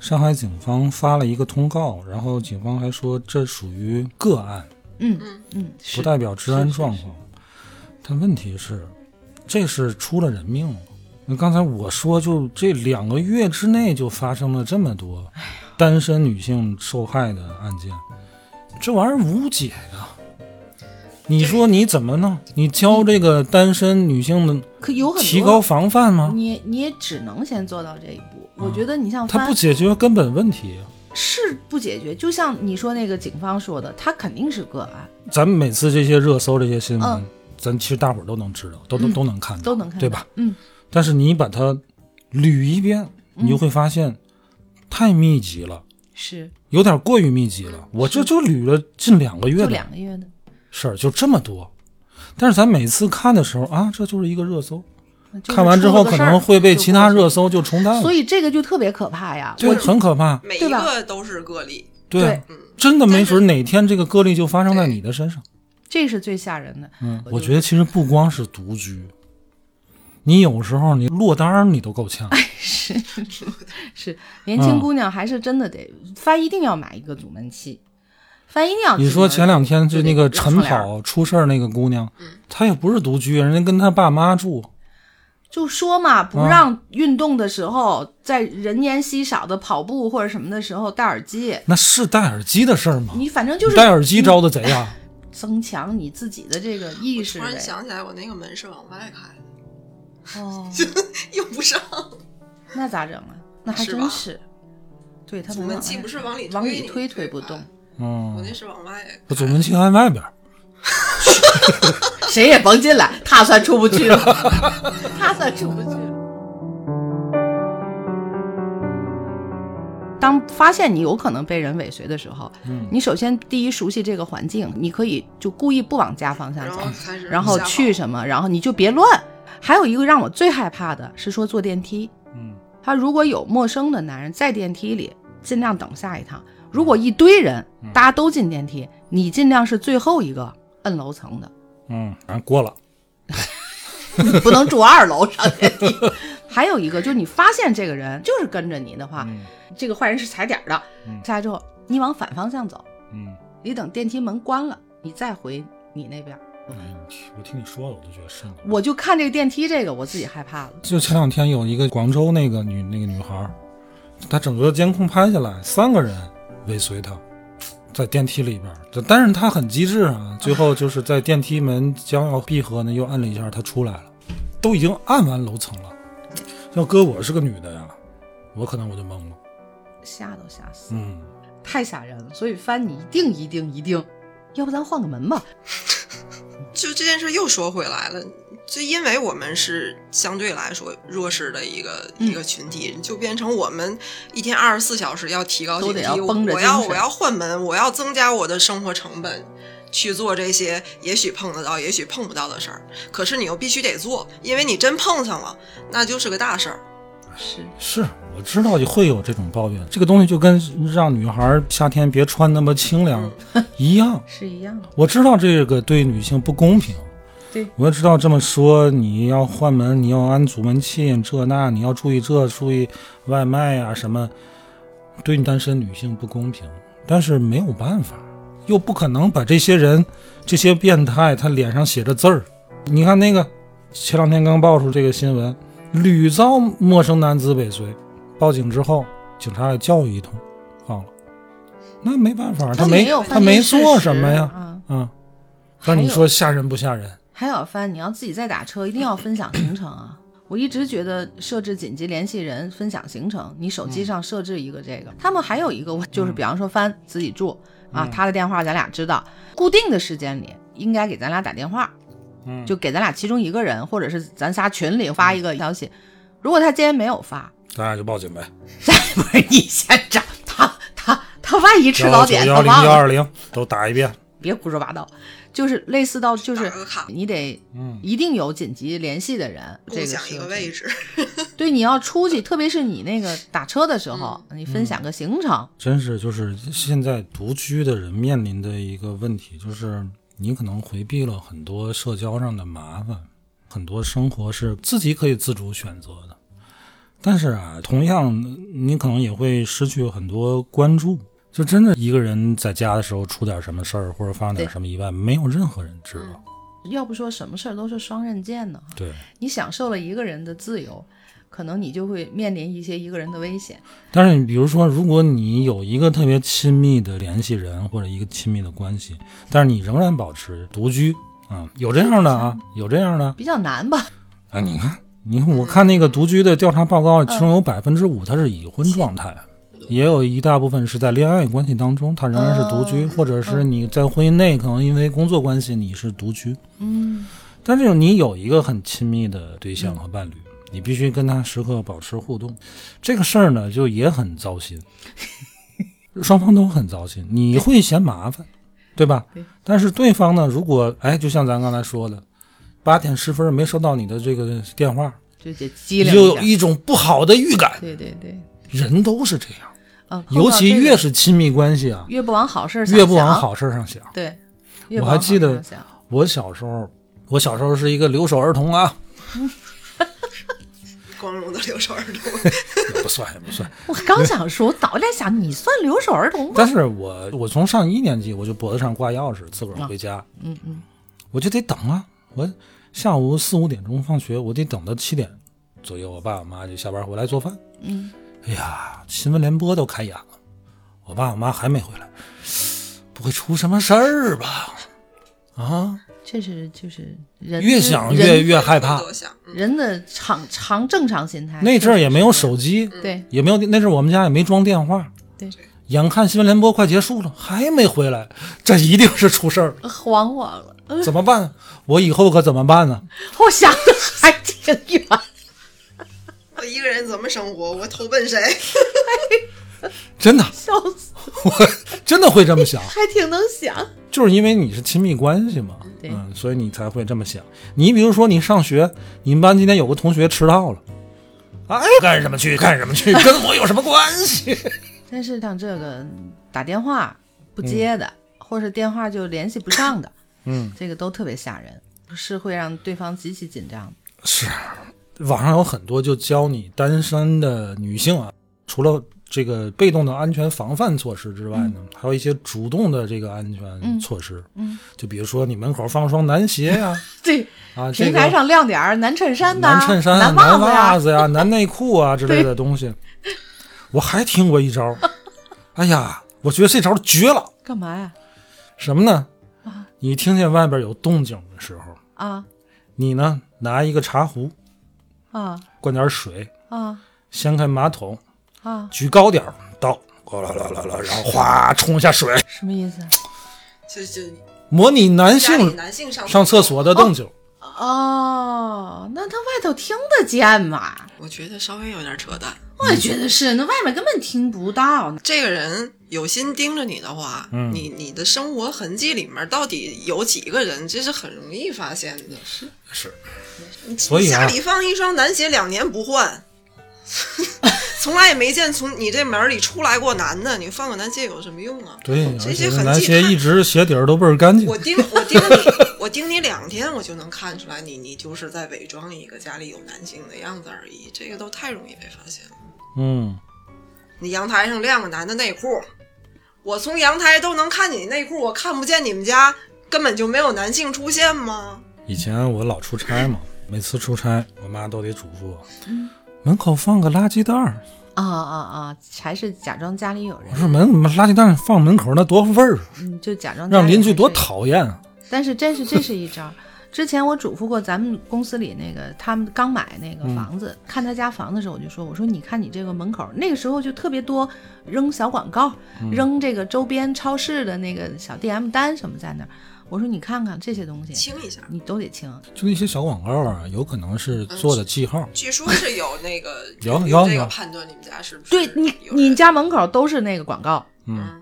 Speaker 1: 上海警方发了一个通告，然后警方还说这属于个案，
Speaker 2: 嗯
Speaker 3: 嗯
Speaker 2: 嗯是
Speaker 1: 不代表治安
Speaker 2: 是是
Speaker 1: 状况。但问题是，这是出了人命了。那刚才我说，就这两个月之内就发生了这么多单身女性受害的案件，这玩意儿无解呀、你说你怎么弄？你教这个单身女性的
Speaker 2: 可有很多
Speaker 1: 提高防范吗？啊
Speaker 2: 你你也只能先做到这一步。我觉得你像
Speaker 1: 它
Speaker 2: 翻
Speaker 1: 不解决根本问题。
Speaker 2: 是不解决，就像你说那个警方说的，他肯定是个案，
Speaker 1: 咱们每次这些热搜这些新闻，
Speaker 2: 嗯
Speaker 1: 咱其实大伙儿都能知道，都都、都能看到，
Speaker 2: 都能看到
Speaker 1: 对吧？？
Speaker 2: 嗯，
Speaker 1: 但是你把它捋一遍，你就会发现、太密集了，
Speaker 2: 是
Speaker 1: 有点过于密集了。我这就捋了近两个月
Speaker 2: 就
Speaker 1: 的
Speaker 2: 两个月的，
Speaker 1: 事儿，就这么多。但是咱每次看的时候啊，这就是一个热搜，
Speaker 2: 就是
Speaker 1: 看完之后
Speaker 2: 出
Speaker 1: 可
Speaker 2: 了个事儿
Speaker 1: 能会被其他，
Speaker 2: 就过
Speaker 1: 热搜就冲淡
Speaker 2: 去
Speaker 1: 了，
Speaker 2: 所以这个就特别可怕呀。
Speaker 1: 这很可怕。
Speaker 3: 每一
Speaker 2: 对吧
Speaker 3: 个都是个例。
Speaker 2: 对
Speaker 1: 真的没准哪天这个个例就发生在你的身上。
Speaker 2: 这是最吓人的。
Speaker 1: 嗯，我觉得其实不光是独居，你有时候你落单儿你都够
Speaker 2: 哎
Speaker 1: 呛。
Speaker 2: 是 是，年
Speaker 1: 嗯
Speaker 2: 轻姑娘还是真的得翻，一定要买一个阻闷器，翻一定要。
Speaker 1: 你说前两天就那个晨
Speaker 2: 就得拉窗帘儿，嗯
Speaker 1: 跑出事儿那个姑娘，她也不是独居，人家跟她爸妈住，
Speaker 2: 就说嘛，不
Speaker 1: 啊
Speaker 2: 让运动的时候，在人烟稀少的跑步或者什么的时候戴耳机。
Speaker 1: 那是戴耳机的事儿吗？
Speaker 2: 你反正就是
Speaker 1: 戴耳机招的贼啊！
Speaker 2: 增强你自己的这个意识
Speaker 3: 突然
Speaker 2: 呗。
Speaker 3: 想起来，我那个门是往外开的，
Speaker 2: 哦，
Speaker 3: 用不上。
Speaker 2: 那咋整啊？那还
Speaker 3: 是
Speaker 2: 真
Speaker 3: 吧
Speaker 2: 是，对他
Speaker 3: 阻
Speaker 2: 们
Speaker 3: 闷
Speaker 2: 往
Speaker 3: 器
Speaker 2: 外
Speaker 3: 不是往里
Speaker 2: 往
Speaker 3: 推
Speaker 2: 里
Speaker 3: 你
Speaker 2: 推推
Speaker 3: 推
Speaker 2: 不
Speaker 3: 开
Speaker 2: 动，
Speaker 3: 我
Speaker 1: 嗯，
Speaker 3: 那是往外开。
Speaker 1: 我总门器按外边儿，
Speaker 2: 谁也甭进来，他算出不去了， 他算出不去了。当发现你有可能被人尾随的时候，
Speaker 1: 嗯
Speaker 2: 你首先第一熟悉这个环境，你可以就故意不往家方向
Speaker 3: 然
Speaker 2: 走
Speaker 3: 后，开始，
Speaker 2: 然后去什么，然后你就别乱。还有一个让我最害怕的是说坐电梯，
Speaker 1: 嗯，
Speaker 2: 他如果有陌生的男人在电梯里，尽量等下一趟；如果一堆人，大家都进电梯，你尽量是最后一个摁楼层的，
Speaker 1: 嗯，反正过了，
Speaker 2: 你不能住二楼上 电梯。还有一个就是你发现这个人就是跟着你的话，
Speaker 1: 嗯
Speaker 2: 这个坏人是踩点儿的，
Speaker 1: 嗯
Speaker 2: 下来之后你往反方向走，
Speaker 1: 嗯，
Speaker 2: 你等电梯门关了，你再回你那边。
Speaker 1: 哎呦我听你说了，我都觉得是你。
Speaker 2: 我就看这个电梯这个，我自己害怕了。
Speaker 1: 就前两天有一个广州那个女那个女孩儿，她整个监控拍下来，三个人尾随她，在电梯里边儿。这但是她很机智啊，最后就是在电梯门将要闭合呢，又按了一下，她出来了，都已经按完楼层了。要搁我是个女的呀，我可能我就懵了。
Speaker 2: 吓都吓死了，
Speaker 1: 嗯，
Speaker 2: 太吓人了。所以翻你一定一定一定，要不咱换个门吧？
Speaker 3: 就这件事又说回来了，就因为我们是相对来说弱势的一个、
Speaker 2: 嗯
Speaker 3: 一个群体，就变成我们一天二十四小时要提高
Speaker 2: 都
Speaker 3: 警
Speaker 2: 得
Speaker 3: 惕，
Speaker 2: 要绷着
Speaker 3: 我要
Speaker 2: 精神
Speaker 3: 我要换门，我要增加我的生活成本。去做这些也许碰得到，也许碰不到的事儿，可是你又必须得做，因为你真碰上了，那就是个大事儿。
Speaker 2: 是，
Speaker 1: 是啊我知道会有这种抱怨，这个东西就跟让女孩儿夏天别穿那么清凉一样。
Speaker 2: 是一样的。
Speaker 1: 我知道这个对女性不公平，
Speaker 2: 对
Speaker 1: 我也知道这么说，你要换门，你要安阻门器，这那，你要注意这，注意外卖啊什么，对你单身女性不公平。但是没有办法，又不可能把这些人，这些变态，他脸上写着字儿。你看那个前两天刚爆出这个新闻，屡遭陌生男子尾随，报警之后，警察也教育一通，放了。那没办法，啊他没
Speaker 2: 没有
Speaker 1: 他没做什么呀，
Speaker 2: 啊。
Speaker 1: 嗯，那你说吓人不吓人？
Speaker 2: 还有帆，你要自己再打车，一定要分享行程啊！我一直觉得设置紧急联系人、分享行程，你手机上设置一个这个。他们还有一个，我就是比方说帆自己住啊，他的电话咱俩知道，固定的时间里应该给咱俩打电话，
Speaker 1: 嗯
Speaker 2: 嗯就给咱俩其中一个人，或者是咱仨群里发一个消息。如果他今天没有发，
Speaker 1: 咱俩就报警呗。
Speaker 2: 不是你先找他，他他万一吃早点，他
Speaker 1: 幺零
Speaker 2: 忘
Speaker 1: 幺
Speaker 2: 了，
Speaker 1: 二零都打一遍。
Speaker 2: 别胡说八道。就是类似到就是
Speaker 3: 打个卡
Speaker 2: 你得
Speaker 1: 嗯
Speaker 2: 一定有紧急联系的人，这
Speaker 3: 共
Speaker 2: 个
Speaker 3: 享
Speaker 2: 是
Speaker 3: 一
Speaker 2: 有
Speaker 3: 个
Speaker 2: 这
Speaker 3: 位置，
Speaker 2: 对，你要出去，特别是你那个打车的时候，
Speaker 3: 嗯
Speaker 2: 你分
Speaker 1: 嗯
Speaker 2: 享个行程，
Speaker 1: 真是就是现在独居的人面临的一个问题，就是你可能回避了很多社交上的麻烦，很多生活是自己可以自主选择的。但是啊，同样你可能也会失去很多关注。就真的一个人在家的时候出点什么事儿，或者发生点
Speaker 2: 对嗯
Speaker 1: 什么意外，没有任何人知道。
Speaker 2: 要不说什么事儿都是双刃剑呢。
Speaker 1: 对，
Speaker 2: 你享受了一个人的自由，可能你就会面临一些一个人的危险。
Speaker 1: 但是你比如说，如果你有一个特别亲密的联系人或者一个亲密的关系，但是你仍然保持独居啊、有这样的啊，有这样的
Speaker 2: 比较难吧？
Speaker 1: 啊，你看，你看，我看那个独居的调查报告，其中有百分之五他是已婚状态。也有一大部分是在恋爱关系当中，他仍然是独居，
Speaker 2: 嗯
Speaker 1: 或者是你在婚姻内可能因为工作关系你是独居，
Speaker 2: 嗯，
Speaker 1: 但是你有一个很亲密的对象和伴侣，你必须跟他时刻保持互动。这个事儿呢，就也很糟心，双方都很糟心。你会嫌麻烦，对吧
Speaker 2: 对？
Speaker 1: 但是对方呢，如果哎，就像咱刚才说的，八点十分没收到你的这个电话，
Speaker 2: 就得机
Speaker 1: 你
Speaker 2: 灵
Speaker 1: 就有
Speaker 2: 下
Speaker 1: 一种不好的预感。
Speaker 2: 对对对，
Speaker 1: 人都是这样，
Speaker 2: 嗯，碰到
Speaker 1: 尤其
Speaker 2: 这个
Speaker 1: 越是亲密关系啊，
Speaker 2: 越不往好事儿上
Speaker 1: 越不往
Speaker 2: 想，
Speaker 1: 好事儿上想。
Speaker 2: 对，越
Speaker 1: 我
Speaker 2: 不
Speaker 1: 还
Speaker 2: 往
Speaker 1: 记得
Speaker 2: 好事儿想
Speaker 1: 我小时候，我小时候是一个留守儿童啊，
Speaker 3: 光荣的留守儿童。
Speaker 1: 也不算，也不算。
Speaker 2: 我刚想说，我脑袋想你算留守儿童吧？
Speaker 1: 但是我我从上一年级我就脖子上挂钥匙，自个儿回家，
Speaker 2: 嗯嗯，
Speaker 1: 我就得等啊。我下午四五点钟放学，我得等到七点左右，我爸我妈就下班回来做饭。
Speaker 2: 嗯，
Speaker 1: 哎呀，新闻联播都开演了，我爸我妈还没回来，不会出什么事儿吧？啊，
Speaker 2: 确实就是人
Speaker 1: 越
Speaker 2: 之
Speaker 1: 想
Speaker 2: 人
Speaker 1: 越越害怕。
Speaker 3: 多想，嗯
Speaker 2: 人的常常正常心态。
Speaker 1: 那阵儿也没有手机，
Speaker 2: 对
Speaker 1: 也没有那阵儿我们家也没装电话。
Speaker 2: 嗯对，
Speaker 1: 眼看新闻联播快结束了，还没回来，这一定是出事儿了。
Speaker 2: 慌我了， 呃
Speaker 1: 怎么办？我以后可怎么办呢？
Speaker 2: 我想的还挺远。
Speaker 3: 我嗯一个人怎么生活？我投奔谁？
Speaker 1: 真的，
Speaker 2: 笑死，
Speaker 1: 我真的会这么 想，
Speaker 2: 还挺能想。
Speaker 1: 就是因为你是亲密关系嘛，
Speaker 2: 对
Speaker 1: 嗯，所以你才会这么想。你比如说，你上学，你们班今天有个同学迟到了，哎，干什么去？干什么 去？跟我有什么关系？
Speaker 2: 但是像这个打电话不接的，或是电话就联系不上的，
Speaker 1: 嗯，
Speaker 2: 这个都特别吓人，是会让对方极其紧张的。
Speaker 1: 是，网上有很多就教你单身的女性啊，除了。这个被动的安全防范措施之外呢，还有一些主动的这个安全
Speaker 2: 嗯
Speaker 1: 措施，
Speaker 2: 嗯，
Speaker 1: 就比如说你门口放双男鞋呀、
Speaker 2: 对，
Speaker 1: 啊， 这
Speaker 2: 平
Speaker 1: 个
Speaker 2: 台上亮点儿，男衬衫呐、
Speaker 1: 男衬衫、
Speaker 2: 啊
Speaker 1: 啊
Speaker 2: 男
Speaker 1: 男
Speaker 2: 子
Speaker 1: 袜
Speaker 2: 呀，
Speaker 1: 子呀、男内裤啊之类的东西。我还听过一招，哎呀，我觉得这招绝了！
Speaker 2: 干嘛呀？
Speaker 1: 什么呢？你听见外边有动静的时候，
Speaker 2: 啊
Speaker 1: 你呢拿一个茶壶，
Speaker 2: 啊
Speaker 1: 灌点水，
Speaker 2: 啊
Speaker 1: 掀开马桶，
Speaker 2: 啊！
Speaker 1: 举高点儿倒，哗啦啦啦啦，然后哗冲一下水，
Speaker 2: 什么意思？啊
Speaker 3: 就就
Speaker 1: 模拟男
Speaker 3: 家里
Speaker 1: 性
Speaker 3: 男性上
Speaker 1: 上厕。所的动静。
Speaker 2: 哦，那他外头听得见吗？
Speaker 3: 我觉得稍微有点扯淡。
Speaker 2: 我也觉得是，那外面根本听不到呢。
Speaker 3: 这个人有心盯着你的话，
Speaker 1: 嗯
Speaker 3: 你你的生活痕迹里面到底有几个人，这是很容易发现的。是，
Speaker 1: 是，
Speaker 3: 你
Speaker 1: 所以啊
Speaker 3: 家里放一双男鞋两年不换，从来也没见从你这门里出来过男的，你放个男鞋有什么用啊？
Speaker 1: 对，
Speaker 3: 这
Speaker 1: 而且
Speaker 3: 些痕迹
Speaker 1: 男鞋
Speaker 3: 看
Speaker 1: 一直鞋底儿都倍儿干净
Speaker 3: 我。盯我盯你， 我盯你两天，我就能看出来你你就是在伪装一个家里有男性的样子而已。这个都太容易被发现了。
Speaker 1: 嗯，
Speaker 3: 你阳台上晾个男的内裤，我从阳台都能看你内裤，我看不见你们家根本就没有男性出现吗？
Speaker 1: 以前我老出差嘛，每次出差，我妈都得嘱咐我，
Speaker 2: 嗯
Speaker 1: 门口放个垃圾袋儿。
Speaker 2: 啊啊啊！还是假装家里有人
Speaker 1: 我，说门垃圾袋儿放门口那多味儿，啊
Speaker 2: 嗯，就假装家
Speaker 1: 让
Speaker 2: 里有
Speaker 1: 邻居
Speaker 2: 人
Speaker 1: 多
Speaker 2: 是
Speaker 1: 讨厌啊！
Speaker 2: 但是真是这是一招儿。之前我嘱咐过咱们公司里那个，他们刚买那个房子，
Speaker 1: 嗯
Speaker 2: 看他家房子的时候，我就说，我说你看你这个门口儿，那个时候就特别多
Speaker 1: 嗯
Speaker 2: 扔小广告，扔这个周边超市的那个小 DM 单什么在那儿。我说你看看这些东西，
Speaker 3: 清一下。
Speaker 2: 你都得清。
Speaker 1: 就那些小广告啊，有可能是做的记号。
Speaker 3: 据说是有那 个
Speaker 1: 有
Speaker 3: 这
Speaker 1: 有有
Speaker 3: 个判断，你们家是不是
Speaker 2: 对你，
Speaker 3: 有人
Speaker 2: 你家门口都是那个广告，
Speaker 3: 嗯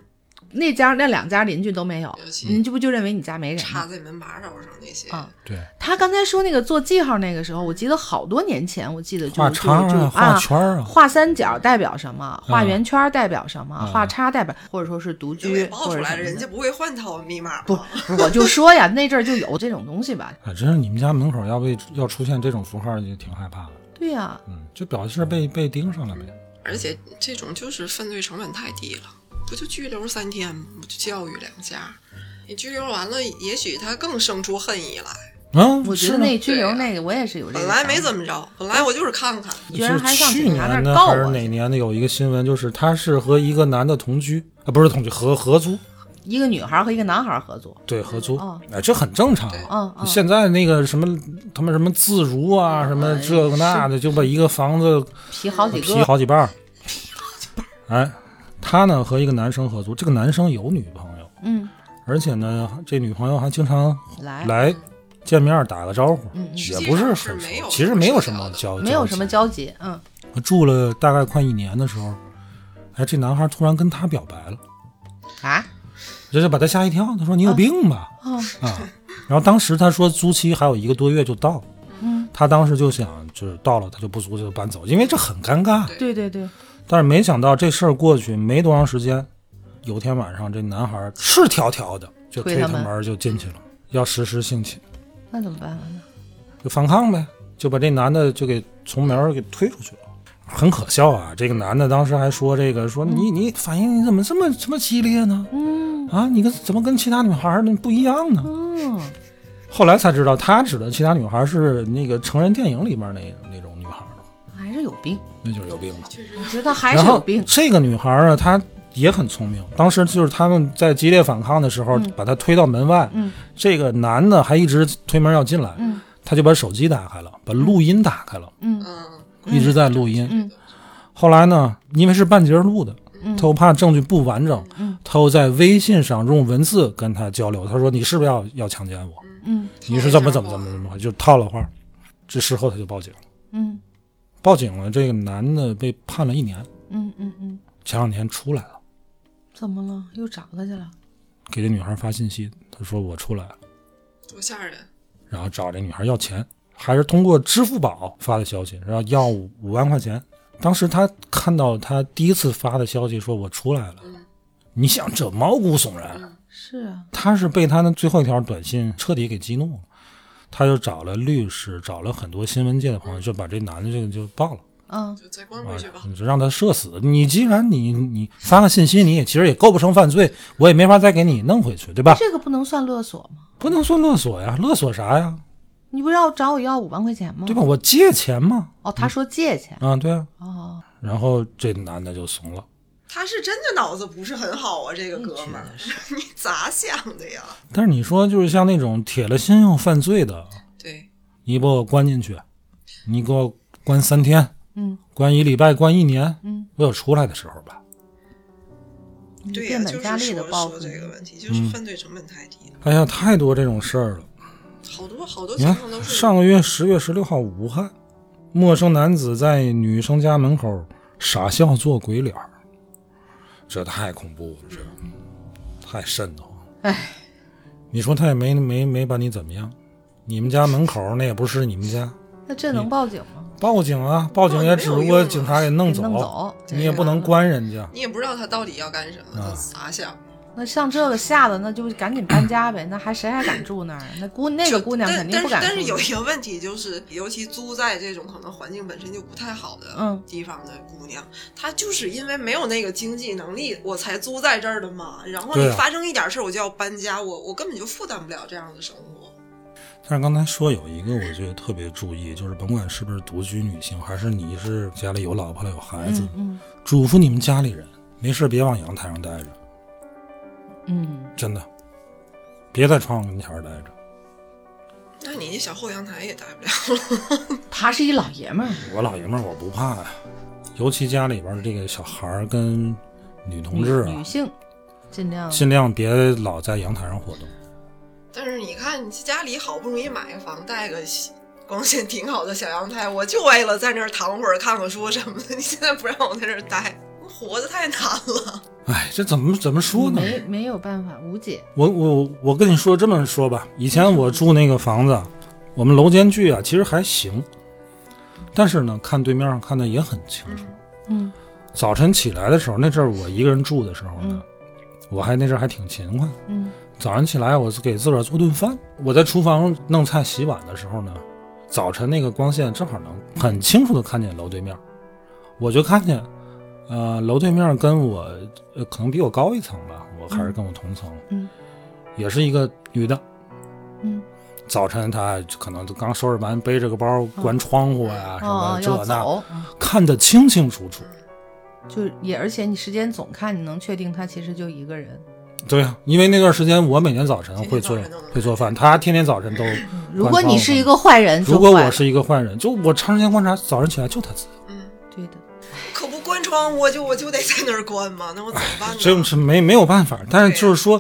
Speaker 2: 那家那两家邻居都没有，
Speaker 3: 尤
Speaker 1: 嗯
Speaker 3: 其
Speaker 2: 你这不就认为你家没人
Speaker 3: 插
Speaker 2: 吗？
Speaker 3: 在门把手上那些，
Speaker 2: 啊
Speaker 1: 对，
Speaker 2: 他刚才说那个做记号那个时候，我记得好多年前，我记得就
Speaker 1: 画
Speaker 2: 就
Speaker 1: 叉
Speaker 2: 就
Speaker 1: 啊，画圈啊，
Speaker 2: 画三角代表什么？画
Speaker 1: 嗯
Speaker 2: 圆圈代表什么？
Speaker 1: 嗯
Speaker 2: 画叉代表，或者说是独
Speaker 3: 就给
Speaker 2: 居，
Speaker 3: 报
Speaker 2: 或
Speaker 3: 出
Speaker 2: 者
Speaker 3: 来
Speaker 2: 什
Speaker 3: 了，
Speaker 2: 么
Speaker 3: 人
Speaker 2: 的
Speaker 3: 家不会换套密码
Speaker 2: 不
Speaker 3: 吗？
Speaker 2: 不是，我就说呀，那阵儿就有这种东西吧？
Speaker 1: 啊，真是你们家门口要被要出现这种符号，就挺害怕的。
Speaker 2: 对呀、
Speaker 1: 嗯，就表示被被盯上了呗。
Speaker 3: 而且这种就是犯罪成本太低了，不就拘留三天吗？不就教育两下？你拘留完了，也许他更生出恨意来。
Speaker 1: 啊，
Speaker 2: 嗯我觉
Speaker 1: 是
Speaker 2: 得
Speaker 1: 呢
Speaker 2: 那拘留
Speaker 3: 对呀
Speaker 2: 那个，我也是有这个
Speaker 3: 本
Speaker 2: 想法。
Speaker 3: 来没怎么着，本来我就是看看，
Speaker 2: 居然
Speaker 1: 是
Speaker 2: 还上
Speaker 1: 去
Speaker 2: 警察
Speaker 1: 年
Speaker 2: 那儿
Speaker 1: 的
Speaker 2: 告
Speaker 1: 还是
Speaker 2: 我
Speaker 1: 哪
Speaker 2: 去
Speaker 1: 年的有一个新闻，就是他是和一个男的同居啊，不是同居，合合租，
Speaker 2: 一个女孩儿和一个男孩儿合作，
Speaker 1: 对，合租，
Speaker 2: 哦
Speaker 1: 哎，这很正常啊。
Speaker 2: 嗯哎嗯，
Speaker 1: 现在那个什么，他们什么自如啊，什么这个那的，就把一个房子
Speaker 2: 皮好几
Speaker 1: 劈
Speaker 2: 个，
Speaker 1: 好几半儿， 哎，他呢和一个男生合租，这个男生有女朋友，
Speaker 2: 嗯，
Speaker 1: 而且呢，这女朋友还经常
Speaker 2: 来
Speaker 1: 来见面打个招呼，
Speaker 2: 嗯
Speaker 1: 也不是
Speaker 3: 实
Speaker 1: 很
Speaker 3: 际上是没
Speaker 1: 熟
Speaker 3: 有，
Speaker 1: 其实没有什么交，
Speaker 2: 没有什么
Speaker 1: 集
Speaker 2: 交集，嗯，
Speaker 1: 住了大概快一年的时候，哎，这男孩突然跟她表白了，
Speaker 2: 啊，
Speaker 1: 这就把她吓一跳。他说：“你有病吧？”
Speaker 2: 哦，
Speaker 1: 啊，然后当时他说租期还有一个多月就到，
Speaker 2: 嗯，
Speaker 1: 他当时就想就是到了他就不租就搬走，因为这很尴尬。
Speaker 2: 对对对，
Speaker 1: 但是没想到这事儿过去没多长时间，有天晚上这男孩赤条条的就推
Speaker 2: 推他
Speaker 1: 他
Speaker 2: 门
Speaker 1: 门儿就进去了，要实施性侵，
Speaker 2: 那怎么办呢？
Speaker 1: 就反抗呗，就把这男的就给从门儿给推出去了。很可笑啊！这个男的当时还说：“这个说你你反应你怎么这么这么激烈呢？
Speaker 2: 嗯
Speaker 1: 啊，你跟怎么跟其他女孩儿那不一样呢？”
Speaker 2: 嗯，
Speaker 1: 后来才知道，他指的其他女孩是那个成人电影里面那那种女孩，
Speaker 2: 还是有病，
Speaker 1: 那就是有病了。
Speaker 2: 我觉得还是
Speaker 1: 然
Speaker 2: 有
Speaker 1: 后
Speaker 2: 病，
Speaker 1: 这个女孩呢，她也很聪明，当时就是他们在激烈反抗的时候，把她推到门外。
Speaker 2: 嗯
Speaker 1: 这个男的还一直推门要进来，
Speaker 2: 嗯
Speaker 1: 他就把手机打开了，把录音打开了，
Speaker 2: 嗯
Speaker 3: 嗯，
Speaker 1: 一直在录音。
Speaker 2: 嗯
Speaker 1: 后来呢，因为是半截录的，
Speaker 2: 嗯
Speaker 1: 他又怕证据不完整，
Speaker 2: 嗯
Speaker 1: 他又在微信上用文字跟他交流。他说：“你是不是要要强奸我？
Speaker 2: 嗯
Speaker 1: 你是怎么怎么怎么怎么？”就套了话。这事后他就报警。
Speaker 2: 嗯
Speaker 1: 报警了，这个男的被判了一年，
Speaker 2: 嗯嗯嗯，
Speaker 1: 前两天出来了，
Speaker 2: 怎么了？又找他去了？
Speaker 1: 给这女孩发信息，他说我出来了，
Speaker 3: 多吓人！
Speaker 1: 然后找这女孩要钱，还是通过支付宝发的消息，然后要五五万块钱。当时他看到他第一次发的消息，说我出来了，你想这毛骨悚然，
Speaker 2: 是啊，
Speaker 1: 他是被他的最后一条短信彻底给激怒了，他就找了律师，找了很多新闻界的朋友，就把这男的就就报了。
Speaker 2: 嗯，
Speaker 3: 就再关回去吧。
Speaker 1: 你就让他社死。你既然你你发个信息，你也其实也构不成犯罪，我也没法再给你弄回去，对吧？
Speaker 2: 这个不能算勒索吗？
Speaker 1: 不能算勒索呀，勒索啥呀？
Speaker 2: 你不是要找我要五万块钱吗？
Speaker 1: 对吧？？我借钱嘛，
Speaker 2: 哦，他说借钱，
Speaker 1: 啊，对啊。
Speaker 2: 哦，
Speaker 1: 然后这男的就怂了，
Speaker 3: 他是真的脑子不是很好啊，这个哥们
Speaker 2: 嗯
Speaker 3: 儿， 你咋想的呀？
Speaker 1: 但是你说就是像那种铁了心要犯罪的，
Speaker 3: 对，
Speaker 1: 你把我关进去，你给我关三天，
Speaker 2: 嗯，
Speaker 1: 关一礼拜，关一年，
Speaker 2: 嗯，
Speaker 1: 我有出来的时候吧。
Speaker 2: 你
Speaker 3: 对呀、
Speaker 2: 变
Speaker 3: 就
Speaker 2: 本加
Speaker 3: 是
Speaker 2: 厉的
Speaker 3: 说
Speaker 2: 报
Speaker 3: 说
Speaker 2: 复
Speaker 3: 这个
Speaker 2: 你
Speaker 3: 问题，就是
Speaker 1: 嗯
Speaker 3: 犯罪成本太低了，
Speaker 1: 哎呀，太多这种事儿了。
Speaker 3: 好多好多
Speaker 1: 你
Speaker 3: 情
Speaker 1: 看
Speaker 3: 况都，是
Speaker 1: 上个月十月十六号，武汉，陌生男子在女生家门口傻笑做鬼脸儿，这太恐怖了，这太瘆得慌。
Speaker 2: 哎，
Speaker 1: 你说他也没没没把你怎么样，你们家门口那也不是你们家，
Speaker 2: 那这能报警吗？
Speaker 1: 报警啊，报警也只不过警察给弄走，
Speaker 2: 弄走，
Speaker 1: 你也不能关人家。
Speaker 3: 你也不知道他到底要干什么，
Speaker 1: 啊
Speaker 3: 他咋想？
Speaker 2: 那像这个吓的，那就赶紧搬家呗。那还谁还敢住那儿？那姑那个姑娘肯定不
Speaker 3: 但
Speaker 2: 敢
Speaker 3: 但是。但是
Speaker 2: 住
Speaker 3: 有一个问题就是，尤其租在这种可能环境本身就不太好的
Speaker 2: 嗯
Speaker 3: 地方的姑娘，她就是因为没有那个经济能力，我才租在这儿的嘛。然后你
Speaker 1: 对啊
Speaker 3: 发生一点事儿，我就要搬家，我我根本就负担不了这样的生活。
Speaker 1: 但是刚才说有一个，我觉得特别注意，就是甭管是不是独居女性，还是你是家里有老婆了有孩子，
Speaker 2: 嗯
Speaker 1: 嘱咐你们家里人，没事别往阳台上待着。
Speaker 2: 嗯，
Speaker 1: 真的，别在窗户跟前儿待着。
Speaker 3: 那你小后阳台也待不了 了，
Speaker 2: 他是一老爷们儿，
Speaker 1: 我老爷们儿我不怕呀、尤其家里边儿这个小孩儿跟女同志
Speaker 2: 女
Speaker 1: 啊
Speaker 2: 女，性尽量
Speaker 1: 尽量别老在阳台上活动。
Speaker 3: 但是你看，你家里好不容易买个房，带个光线挺好的小阳台，我就为了在那儿躺会儿、看看书什么的。你现在不让我在这儿待，我活得太难了。
Speaker 1: 哎，这怎么怎么说呢？
Speaker 2: 没没有办法，无解。
Speaker 1: 我我我跟你说这么说吧，以前我住那个房子，啊我们楼间距啊其实还行，但是呢，看对面上看的也很清楚。
Speaker 2: 嗯
Speaker 1: 早晨起来的时候，那阵儿我一个人住的时候呢，我还那阵儿还挺勤快。
Speaker 2: 嗯
Speaker 1: 早上起来，我给自个儿做顿饭。我在厨房弄菜、洗碗的时候呢，早晨那个光线正好能很清楚的看见楼对面，我就看见，呃，楼对面跟我呃可能比我高一层吧，我还是跟我同层，
Speaker 2: 嗯，
Speaker 1: 也是一个女的。
Speaker 2: 嗯，
Speaker 1: 早晨她可能就刚收拾完，背着个包关窗户呀、什
Speaker 2: 哦
Speaker 1: 么，
Speaker 2: 要
Speaker 1: 这那，
Speaker 2: 走，
Speaker 1: 看得清清楚楚。
Speaker 2: 就也而且你时间总看，你能确定他其实就一个人。
Speaker 1: 对啊，因为那段时间我每天早晨会做
Speaker 3: 天天早晨都能
Speaker 1: 会做饭，她天天早晨都。
Speaker 2: 如果你是一个坏人，
Speaker 1: 如果
Speaker 2: 就坏
Speaker 1: 我
Speaker 2: 了
Speaker 1: 是一个坏人，就我长时间观察，早上起来就他自己，
Speaker 3: 嗯，
Speaker 2: 对的，
Speaker 3: 可不关窗户，我就我就得在那儿关嘛，那我怎么办呢？
Speaker 1: 哎这是没没有办法。但是就是说，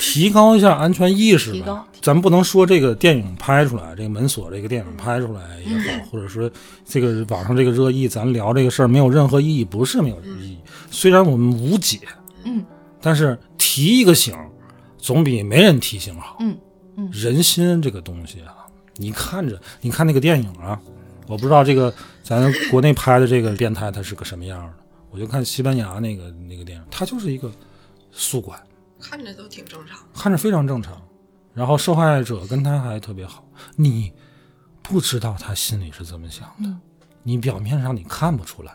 Speaker 1: 提高一下安全意识
Speaker 2: 啊提
Speaker 1: 吧
Speaker 2: 高。
Speaker 1: 咱不能说这个电影拍出来，这个门锁这个电影拍出来也
Speaker 2: 嗯
Speaker 1: 好，或者说这个网上这个热议，咱聊这个事儿没有任何意义，不是没有任何意义。虽然我们无解，
Speaker 2: 嗯，
Speaker 1: 但是提一个醒，总比没人提醒好。
Speaker 2: 嗯嗯
Speaker 1: 人心这个东西啊，你看着，你看那个电影啊，我不知道这个咱国内拍的这个变态它是个什么样的，我就看西班牙那个那个电影，它就是一个宿管，
Speaker 3: 看着都挺正常。
Speaker 1: 看着非常正常，然后受害者跟他还特别好，你不知道他心里是怎么想的，
Speaker 3: 嗯
Speaker 1: 你表面上你看不出来，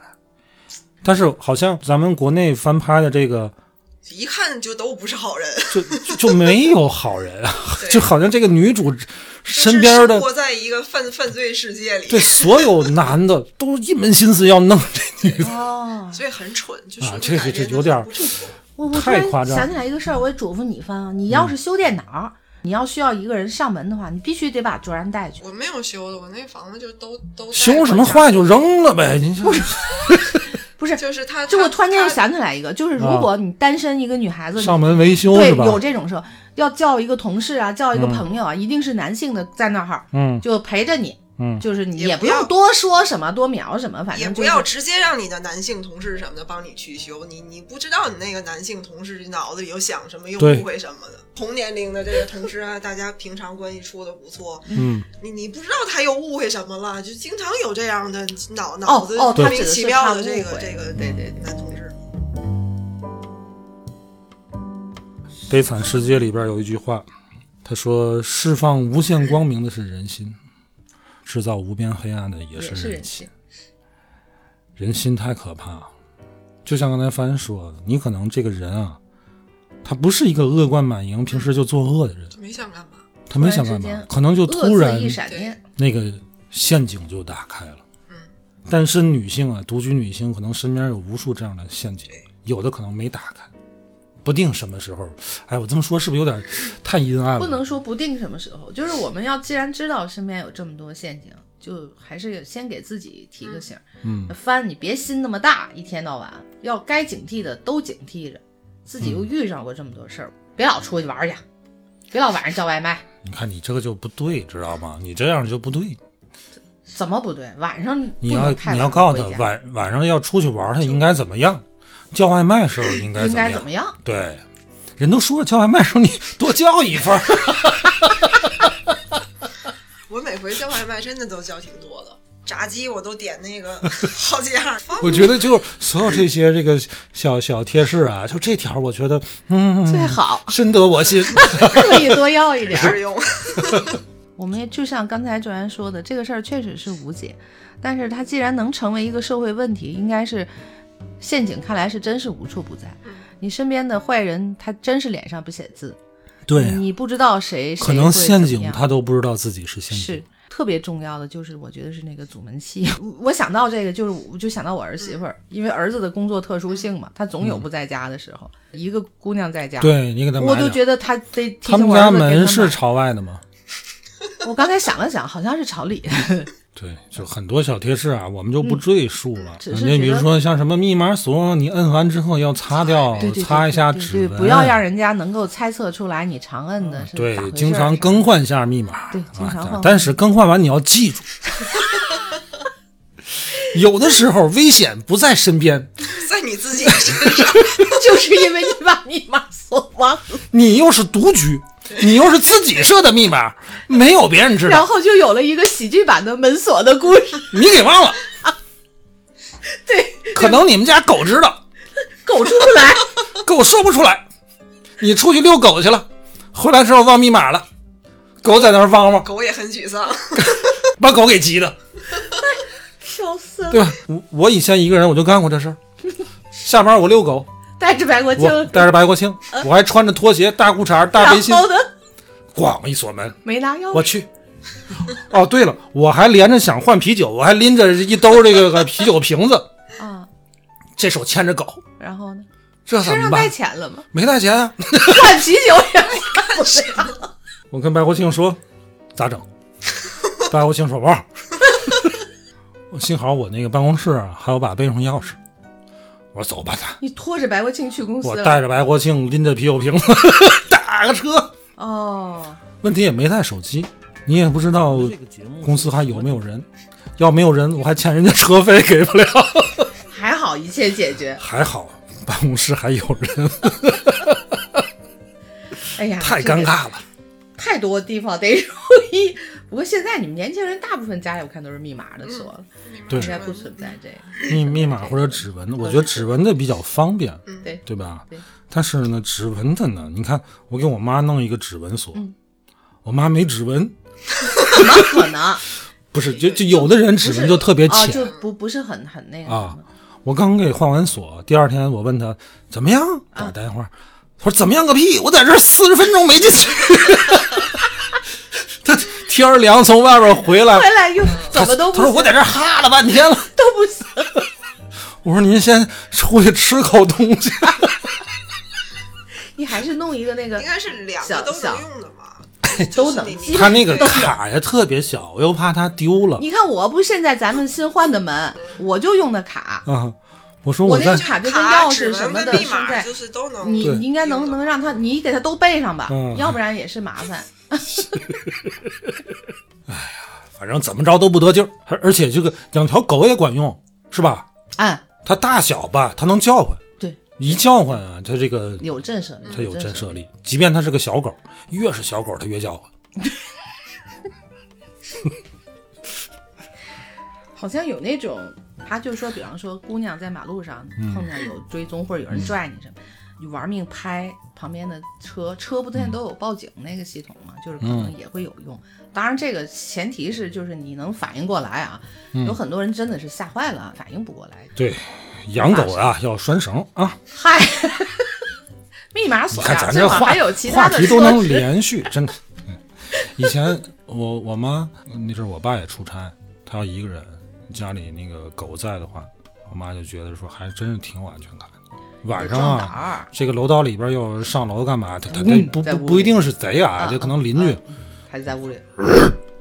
Speaker 1: 但是好像咱们国内翻拍的这个。
Speaker 3: 一看就都不是好人，
Speaker 1: 就就就没有好人啊，
Speaker 3: 对
Speaker 1: 就好像这个女主身
Speaker 3: 就是
Speaker 1: 边的
Speaker 3: 生活在一个犯犯罪世界里，
Speaker 1: 对，所有男的都一门心思要弄这女的。
Speaker 2: 哦，
Speaker 3: 所以很蠢，就是
Speaker 1: 啊这个这有点儿
Speaker 2: 我我突
Speaker 1: 太
Speaker 2: 然
Speaker 1: 夸张嗯
Speaker 2: 想起来一个事儿，我也嘱咐你一番啊，你要是修电脑儿，你要需要一个人上门的话，你必须得把卓然带去。
Speaker 3: 我没有修的，我那房子就都都带
Speaker 1: 修什么
Speaker 3: 回家
Speaker 1: 坏就扔了呗，你这
Speaker 2: 不是，
Speaker 3: 就是他，
Speaker 2: 就
Speaker 3: 他
Speaker 2: 我突然间就，
Speaker 3: 他
Speaker 2: 想起来一个，就是如果你单身一个女孩子，
Speaker 1: 啊上门维修
Speaker 2: 对
Speaker 1: 是吧？
Speaker 2: 有这种事儿，要叫一个同事啊，叫一个朋友啊，一定是男性的在那儿
Speaker 1: 嗯
Speaker 2: 就陪着你，
Speaker 1: 嗯，
Speaker 2: 就是你
Speaker 3: 也
Speaker 2: 也
Speaker 3: 不
Speaker 2: 不
Speaker 3: 要
Speaker 2: 用多说什么，多瞄什么，反
Speaker 3: 也
Speaker 2: 正
Speaker 3: 不
Speaker 2: 就
Speaker 3: 要
Speaker 2: 是
Speaker 3: 直接让你的男性同事什么的帮你去修，你你不知道你那个男性同事脑子里又想什么，又
Speaker 1: 对
Speaker 3: 误会什么的。同年龄的这个同事啊，大家平常关系处的不错，
Speaker 1: 嗯，
Speaker 3: 你你不知道他又误会什么了，就经常有这样的脑脑
Speaker 2: 哦
Speaker 3: 子
Speaker 2: 哦
Speaker 3: 莫
Speaker 2: 他
Speaker 3: 名
Speaker 2: 指的
Speaker 3: 其
Speaker 2: 是
Speaker 3: 妙
Speaker 2: 他
Speaker 3: 的这
Speaker 2: 误
Speaker 3: 个
Speaker 2: 会嗯
Speaker 3: 这个
Speaker 2: 对对对
Speaker 3: 男同志。
Speaker 1: 悲惨世界里边有一句话，他说：“释放无限光明的是人心，制造无边黑暗的也
Speaker 2: 也
Speaker 1: 是
Speaker 2: 是人
Speaker 1: 心
Speaker 2: 性。”
Speaker 1: 人心太可怕了，就像刚才帆说的，你可能这个人啊，他不是一个恶贯满盈、平时就作恶的人，
Speaker 3: 没想干嘛，
Speaker 1: 他没想干
Speaker 2: 突然之
Speaker 1: 嘛
Speaker 2: 间，
Speaker 1: 可能就突
Speaker 2: 恶
Speaker 1: 然
Speaker 2: 字一闪念，
Speaker 1: 那个陷阱就打开了。
Speaker 2: 嗯
Speaker 1: 单身女性啊，独居女性可能身边有无数这样的陷阱，有的可能没打开，不定什么时候。哎，我这么说是不是有点太阴暗了？
Speaker 2: 不能说不定什么时候，就是我们要既然知道身边有这么多陷阱，就还是先给自己提个醒。嗯，翻你别心那么大，一天到晚要该警惕的都警惕着，自己又
Speaker 1: 嗯
Speaker 2: 遇上过这么多事儿，别老出去玩儿去，别老晚上叫外卖，
Speaker 1: 你看你这个就不对，知道吗？你这样就不对。
Speaker 2: 怎么不对？晚上
Speaker 1: 你
Speaker 2: 不
Speaker 1: 要
Speaker 2: 能太
Speaker 1: 你
Speaker 2: 晚
Speaker 1: 要告诉
Speaker 2: 回
Speaker 1: 他
Speaker 2: 家
Speaker 1: 晚晚上要出去玩，他应该怎么样？叫外卖时候应该
Speaker 2: 应
Speaker 1: 怎么
Speaker 2: 该
Speaker 1: 样
Speaker 2: 怎？么样？
Speaker 1: 对，人都说了叫外卖时候你多叫一份儿。
Speaker 3: 我每回叫外卖真的都叫挺多的，炸鸡我都点那个 好几样儿，放
Speaker 1: 我觉得就是所有这些这个小小贴士啊，就这条儿我觉得
Speaker 2: 最
Speaker 1: 嗯
Speaker 2: 好
Speaker 1: 深得我心。
Speaker 2: 可以多要一点儿。
Speaker 3: 实用。
Speaker 2: 我们也就像刚才卓然说的，这个事儿确实是无解，但是它既然能成为一个社会问题，应该是陷阱，看来是真是无处不在。你身边的坏人，他真是脸上不写字，
Speaker 1: 对呀，
Speaker 2: 你不知道谁谁
Speaker 1: 可能
Speaker 2: 会
Speaker 1: 陷
Speaker 2: 怎么
Speaker 1: 阱
Speaker 2: 样
Speaker 1: 他都不知道自己是陷阱。
Speaker 2: 是特别重要的，就是我觉得是那个阻门器。 我想到这个，就是我就想到我儿媳妇儿，因为儿子的工作特殊性嘛，他总有不在家的时候，一个姑娘在家，
Speaker 1: 嗯对你给他买
Speaker 2: 啊我就
Speaker 1: 点
Speaker 2: 觉得他得提
Speaker 1: 他
Speaker 2: 醒
Speaker 1: 们
Speaker 2: 我儿
Speaker 1: 家
Speaker 2: 子给他
Speaker 1: 门是
Speaker 2: 买
Speaker 1: 朝外的吗？
Speaker 2: 我刚才想了想，好像是朝里，
Speaker 1: 对，就很多小贴士啊，我们就不赘述了。
Speaker 2: 嗯只是
Speaker 1: 你、比
Speaker 2: 觉
Speaker 1: 如
Speaker 2: 得
Speaker 1: 说像什么密码锁，你摁完之后要擦掉，
Speaker 2: 对对对
Speaker 1: 擦一下
Speaker 2: 对对
Speaker 1: 指
Speaker 2: 对
Speaker 1: 纹，啊嗯
Speaker 2: 不要让人家能够猜测出来你常摁的是咋
Speaker 1: 对
Speaker 2: 回事儿
Speaker 1: 经常更换一下密码，
Speaker 2: 对经常
Speaker 1: 啊
Speaker 2: 换
Speaker 1: 但是更换完你要记住，有的时候危险不在身边，
Speaker 3: 在你自己身上，
Speaker 2: 就是因为你把密码锁忘了，
Speaker 1: 你又是独居，你又是自己设的密码，没有别人知
Speaker 2: 然
Speaker 1: 道，
Speaker 2: 后就有了一个喜剧版的门锁的故事。
Speaker 1: 你给忘了。
Speaker 2: 对，
Speaker 1: 可能你们家狗知道，
Speaker 2: 狗出不 来，
Speaker 1: 狗说不出来。你出去遛狗去了，回来之后忘密码了，狗在那儿汪汪，
Speaker 3: 狗也很沮丧。
Speaker 1: 把狗给急的，
Speaker 2: 笑死了。
Speaker 1: 对吧？我我以前一个人我就干过这事儿，下班我遛狗，
Speaker 2: 带着白国庆，
Speaker 1: 我带着白国庆，我还穿着拖鞋、大裤衩、大背心
Speaker 2: 嗯然，后呢，
Speaker 1: 咣一锁门，
Speaker 2: 没拿钥
Speaker 1: 我
Speaker 2: 匙，
Speaker 1: 去。哦，对了，我还连着想换啤酒，我还拎着一兜这个个啤酒瓶子，
Speaker 2: 啊，
Speaker 1: 这手牵着狗，
Speaker 2: 然后呢，
Speaker 1: 这怎
Speaker 2: 身
Speaker 1: 么
Speaker 2: 上
Speaker 1: 办
Speaker 2: 带？钱了吗？
Speaker 1: 没带钱啊！
Speaker 2: 换啤酒也换不了。
Speaker 1: 我跟白国庆说，咋整？白国庆说不好。 我幸好我那个办公室啊还有把备用钥匙。我说走吧，咱
Speaker 2: 你拖着白国庆去公司
Speaker 1: 我
Speaker 2: 了？
Speaker 1: 带着白国庆拎着啤酒瓶子 打个车，
Speaker 2: 哦，
Speaker 1: 问题也没带手机，你也不知道公司还有没有人。要没有人，我还欠人家车费给不了。
Speaker 2: 还好一切解决。
Speaker 1: 还好办公室还有人，
Speaker 2: 哎呀，
Speaker 1: 太
Speaker 2: 这个
Speaker 1: 尴，尬了。
Speaker 2: 太多地方得注意。 不过现在你们年轻人大部分家里我看都是密码的锁了，
Speaker 3: 嗯
Speaker 1: 对
Speaker 2: 应该不存在这个。
Speaker 1: 密密码或者指纹的，我觉得指纹的比较方便，
Speaker 2: 对
Speaker 1: 对吧？
Speaker 2: 对
Speaker 1: 但是呢，指纹的呢，你看我给我妈弄一个指纹锁，
Speaker 2: 嗯
Speaker 1: 我妈没指纹，
Speaker 2: 怎么可能？
Speaker 1: 不是就就有的人指纹就特别
Speaker 2: 哦，
Speaker 1: 浅
Speaker 2: 就不不是很很那个
Speaker 1: 啊
Speaker 2: 什么
Speaker 1: 我刚给换完锁，第二天我问她怎么样，
Speaker 2: 啊
Speaker 1: 打电话，她说怎么样个屁，我在这四十分钟没进去， 她天儿凉从外边回来
Speaker 2: 回，来又哎怎么都
Speaker 1: 她
Speaker 2: 不
Speaker 1: 说我在这哈了半天了，
Speaker 2: 都不行。
Speaker 1: 我说您先出去吃口东西。
Speaker 2: 啊你还是弄一个那个
Speaker 3: 应该是两个
Speaker 2: 小
Speaker 3: 都
Speaker 2: 小
Speaker 3: 能用的吧？
Speaker 2: 都
Speaker 3: 就
Speaker 2: 能
Speaker 3: 是你
Speaker 2: 基
Speaker 1: 他那个卡呀特别小，我又怕它丢了
Speaker 2: 你看，我不现在咱们新换的门，我就用的卡，
Speaker 1: 啊。我说
Speaker 2: 我
Speaker 1: 我
Speaker 2: 那
Speaker 1: 在
Speaker 2: 个卡就跟
Speaker 3: 卡
Speaker 2: 钥
Speaker 3: 指
Speaker 2: 匙什
Speaker 3: 纹
Speaker 2: 么
Speaker 3: 跟
Speaker 2: 的
Speaker 3: 密
Speaker 2: 现
Speaker 3: 码
Speaker 2: 在
Speaker 3: 就，是都能。
Speaker 2: 你
Speaker 1: 对
Speaker 2: 你应该能能让他，你给他都备上吧
Speaker 1: 嗯，
Speaker 2: 要不然也是麻烦。
Speaker 1: 反正怎么着都不得劲儿，而而且这个养条狗也管用，是吧？
Speaker 2: 哎，
Speaker 1: 它大小吧，它能叫唤，
Speaker 2: 对，
Speaker 1: 一叫唤啊，它这个
Speaker 2: 有震慑力，
Speaker 1: 它有震
Speaker 2: 慑
Speaker 1: 慑力，即便它是个小狗，越是小狗它越叫唤。
Speaker 2: 好像有那种，他就说，比方说姑娘在马路上
Speaker 1: 嗯
Speaker 2: 碰见有追踪或者有人拽你什么，你玩命拍旁边的车，车不现在都有报警那个系统
Speaker 1: 嗯
Speaker 2: 嘛，就是可能也会有用。当然，这个前提是就是你能反应过来啊，
Speaker 1: 嗯
Speaker 2: 有很多人真的是吓坏了，反应不过来。
Speaker 1: 对，养狗啊要拴绳啊，
Speaker 2: 嗨， 密码
Speaker 1: 你
Speaker 2: 锁
Speaker 1: 看
Speaker 2: 呀，
Speaker 1: 咱
Speaker 2: 这
Speaker 1: 这
Speaker 2: 会儿
Speaker 1: 话
Speaker 2: 还有其
Speaker 1: 话
Speaker 2: 他的
Speaker 1: 题
Speaker 2: 说
Speaker 1: 都能连续，真的。嗯以前我我妈那阵儿我爸也出差，他要一个人，家里那个狗在的话，我妈就觉得说还真是挺有安全感的。晚上
Speaker 2: 壮胆
Speaker 1: 啊，
Speaker 2: 儿，
Speaker 1: 这个楼道里边要上楼干嘛？他他这
Speaker 2: 嗯
Speaker 1: 不
Speaker 2: 在
Speaker 1: 不
Speaker 2: 屋
Speaker 1: 不
Speaker 2: 里
Speaker 1: 一定是贼啊，
Speaker 2: 啊
Speaker 1: 这可能邻居
Speaker 2: 啊。还是 在屋里，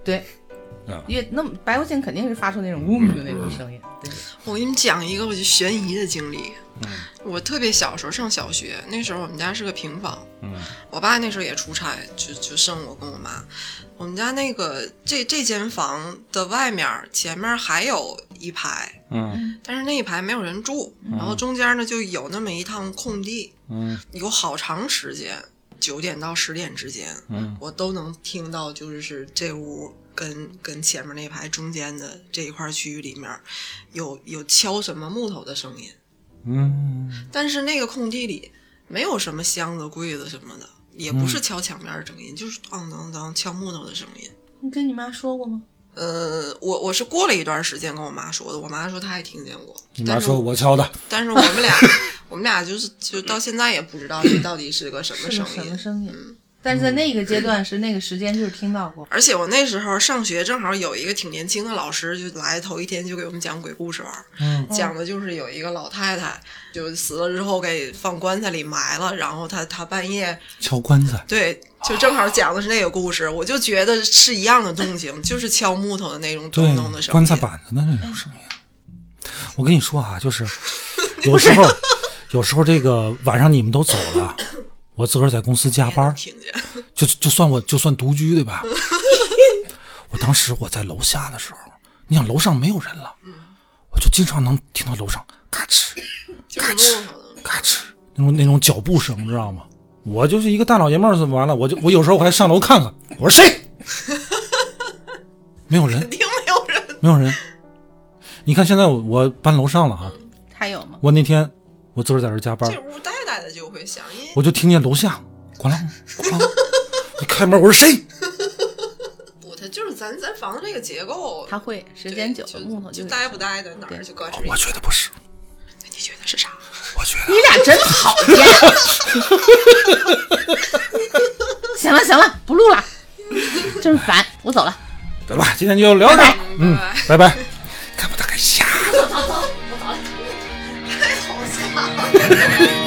Speaker 2: 对
Speaker 1: 啊。
Speaker 2: 因为那么白国庆肯定是发出那种呜的那种声音，对，
Speaker 3: 我给你们讲一个我就悬疑的经历。
Speaker 1: 嗯
Speaker 3: 我特别小时候上小学，那时候我们家是个平房，
Speaker 1: 嗯
Speaker 3: 我爸那时候也出差，就就剩我跟我妈。我们家那个这这间房的外面儿前面还有一排，
Speaker 1: 嗯
Speaker 3: 但是那一排没有人住，然后中间呢就有那么一趟空地，
Speaker 1: 嗯
Speaker 3: 有好长时间，九点到十点之间，
Speaker 1: 嗯
Speaker 3: 我都能听到，就是是这屋跟跟前面那排中间的这一块区域里面，有有敲什么木头的声音，
Speaker 1: 嗯
Speaker 3: 但是那个空地里没有什么箱子、柜子什么的，也不
Speaker 1: 嗯
Speaker 3: 是敲墙面的声音，就是当当当敲木头的声音。
Speaker 2: 你跟你妈说过吗？
Speaker 3: 呃，我我是过了一段时间跟我妈说的，我妈说她也听见过，
Speaker 1: 你妈
Speaker 3: 但是
Speaker 1: 说我敲的，
Speaker 3: 但是 我们俩我们俩就是就到现在也不知道这到底是个什么
Speaker 2: 是
Speaker 3: 声
Speaker 2: 个什
Speaker 3: 音嗯
Speaker 2: 么，声音？但是在那个阶段是那个时间，就是听到过。
Speaker 3: 而且我那时候上学，正好有一个挺年轻的老师，就来头一天就给我们讲鬼故事玩儿，
Speaker 1: 嗯
Speaker 3: 讲的就是有一个老太太，就死了之后给放棺材里埋了，然后她她半夜
Speaker 1: 敲棺材，
Speaker 3: 对，就正好讲的是那个故事，我就觉得是一样的动静，就是敲木头的那种
Speaker 1: 对
Speaker 3: 咚咚的，声音。
Speaker 1: 棺材板子的那种声音。我跟你说啊，就是有时候，有时候这个晚上你们都走了，我自个儿在公司加班儿，
Speaker 3: 听见，
Speaker 1: 就就算我就算独居对吧？我当时我在楼下的时候，你想楼上没有人了，我就经常能听到楼上咔哧
Speaker 3: 就是木头的。
Speaker 1: 咔哧那种那种脚步声，知道吗？我就是一个大老爷们儿，完了，我就我有时候我还上楼看看，我是 谁？没有人，
Speaker 3: 肯定没有人，
Speaker 1: 没有人。你看现在我我搬楼上了啊，
Speaker 2: 还有吗？
Speaker 1: 我那天我自个儿在这儿加班
Speaker 3: 这，屋呆呆的就会响，因为
Speaker 1: 我就听见楼下咣啷咣啷，一开门我是谁？
Speaker 3: 不，它就是咱咱房子这个结构，
Speaker 2: 它会时
Speaker 3: 对
Speaker 2: 间久
Speaker 3: 就
Speaker 2: 了，木头
Speaker 3: 就
Speaker 2: 会
Speaker 3: 呆不呆的哪儿就搁这儿一
Speaker 1: 我觉得不是，
Speaker 3: 你觉得是啥？
Speaker 1: 我觉得。
Speaker 2: 你俩真讨 厌。行了行了，不录了，真烦，我走了。
Speaker 1: 得吧，今天就聊到这儿，嗯，拜拜。看不到个虾。
Speaker 3: 好笑。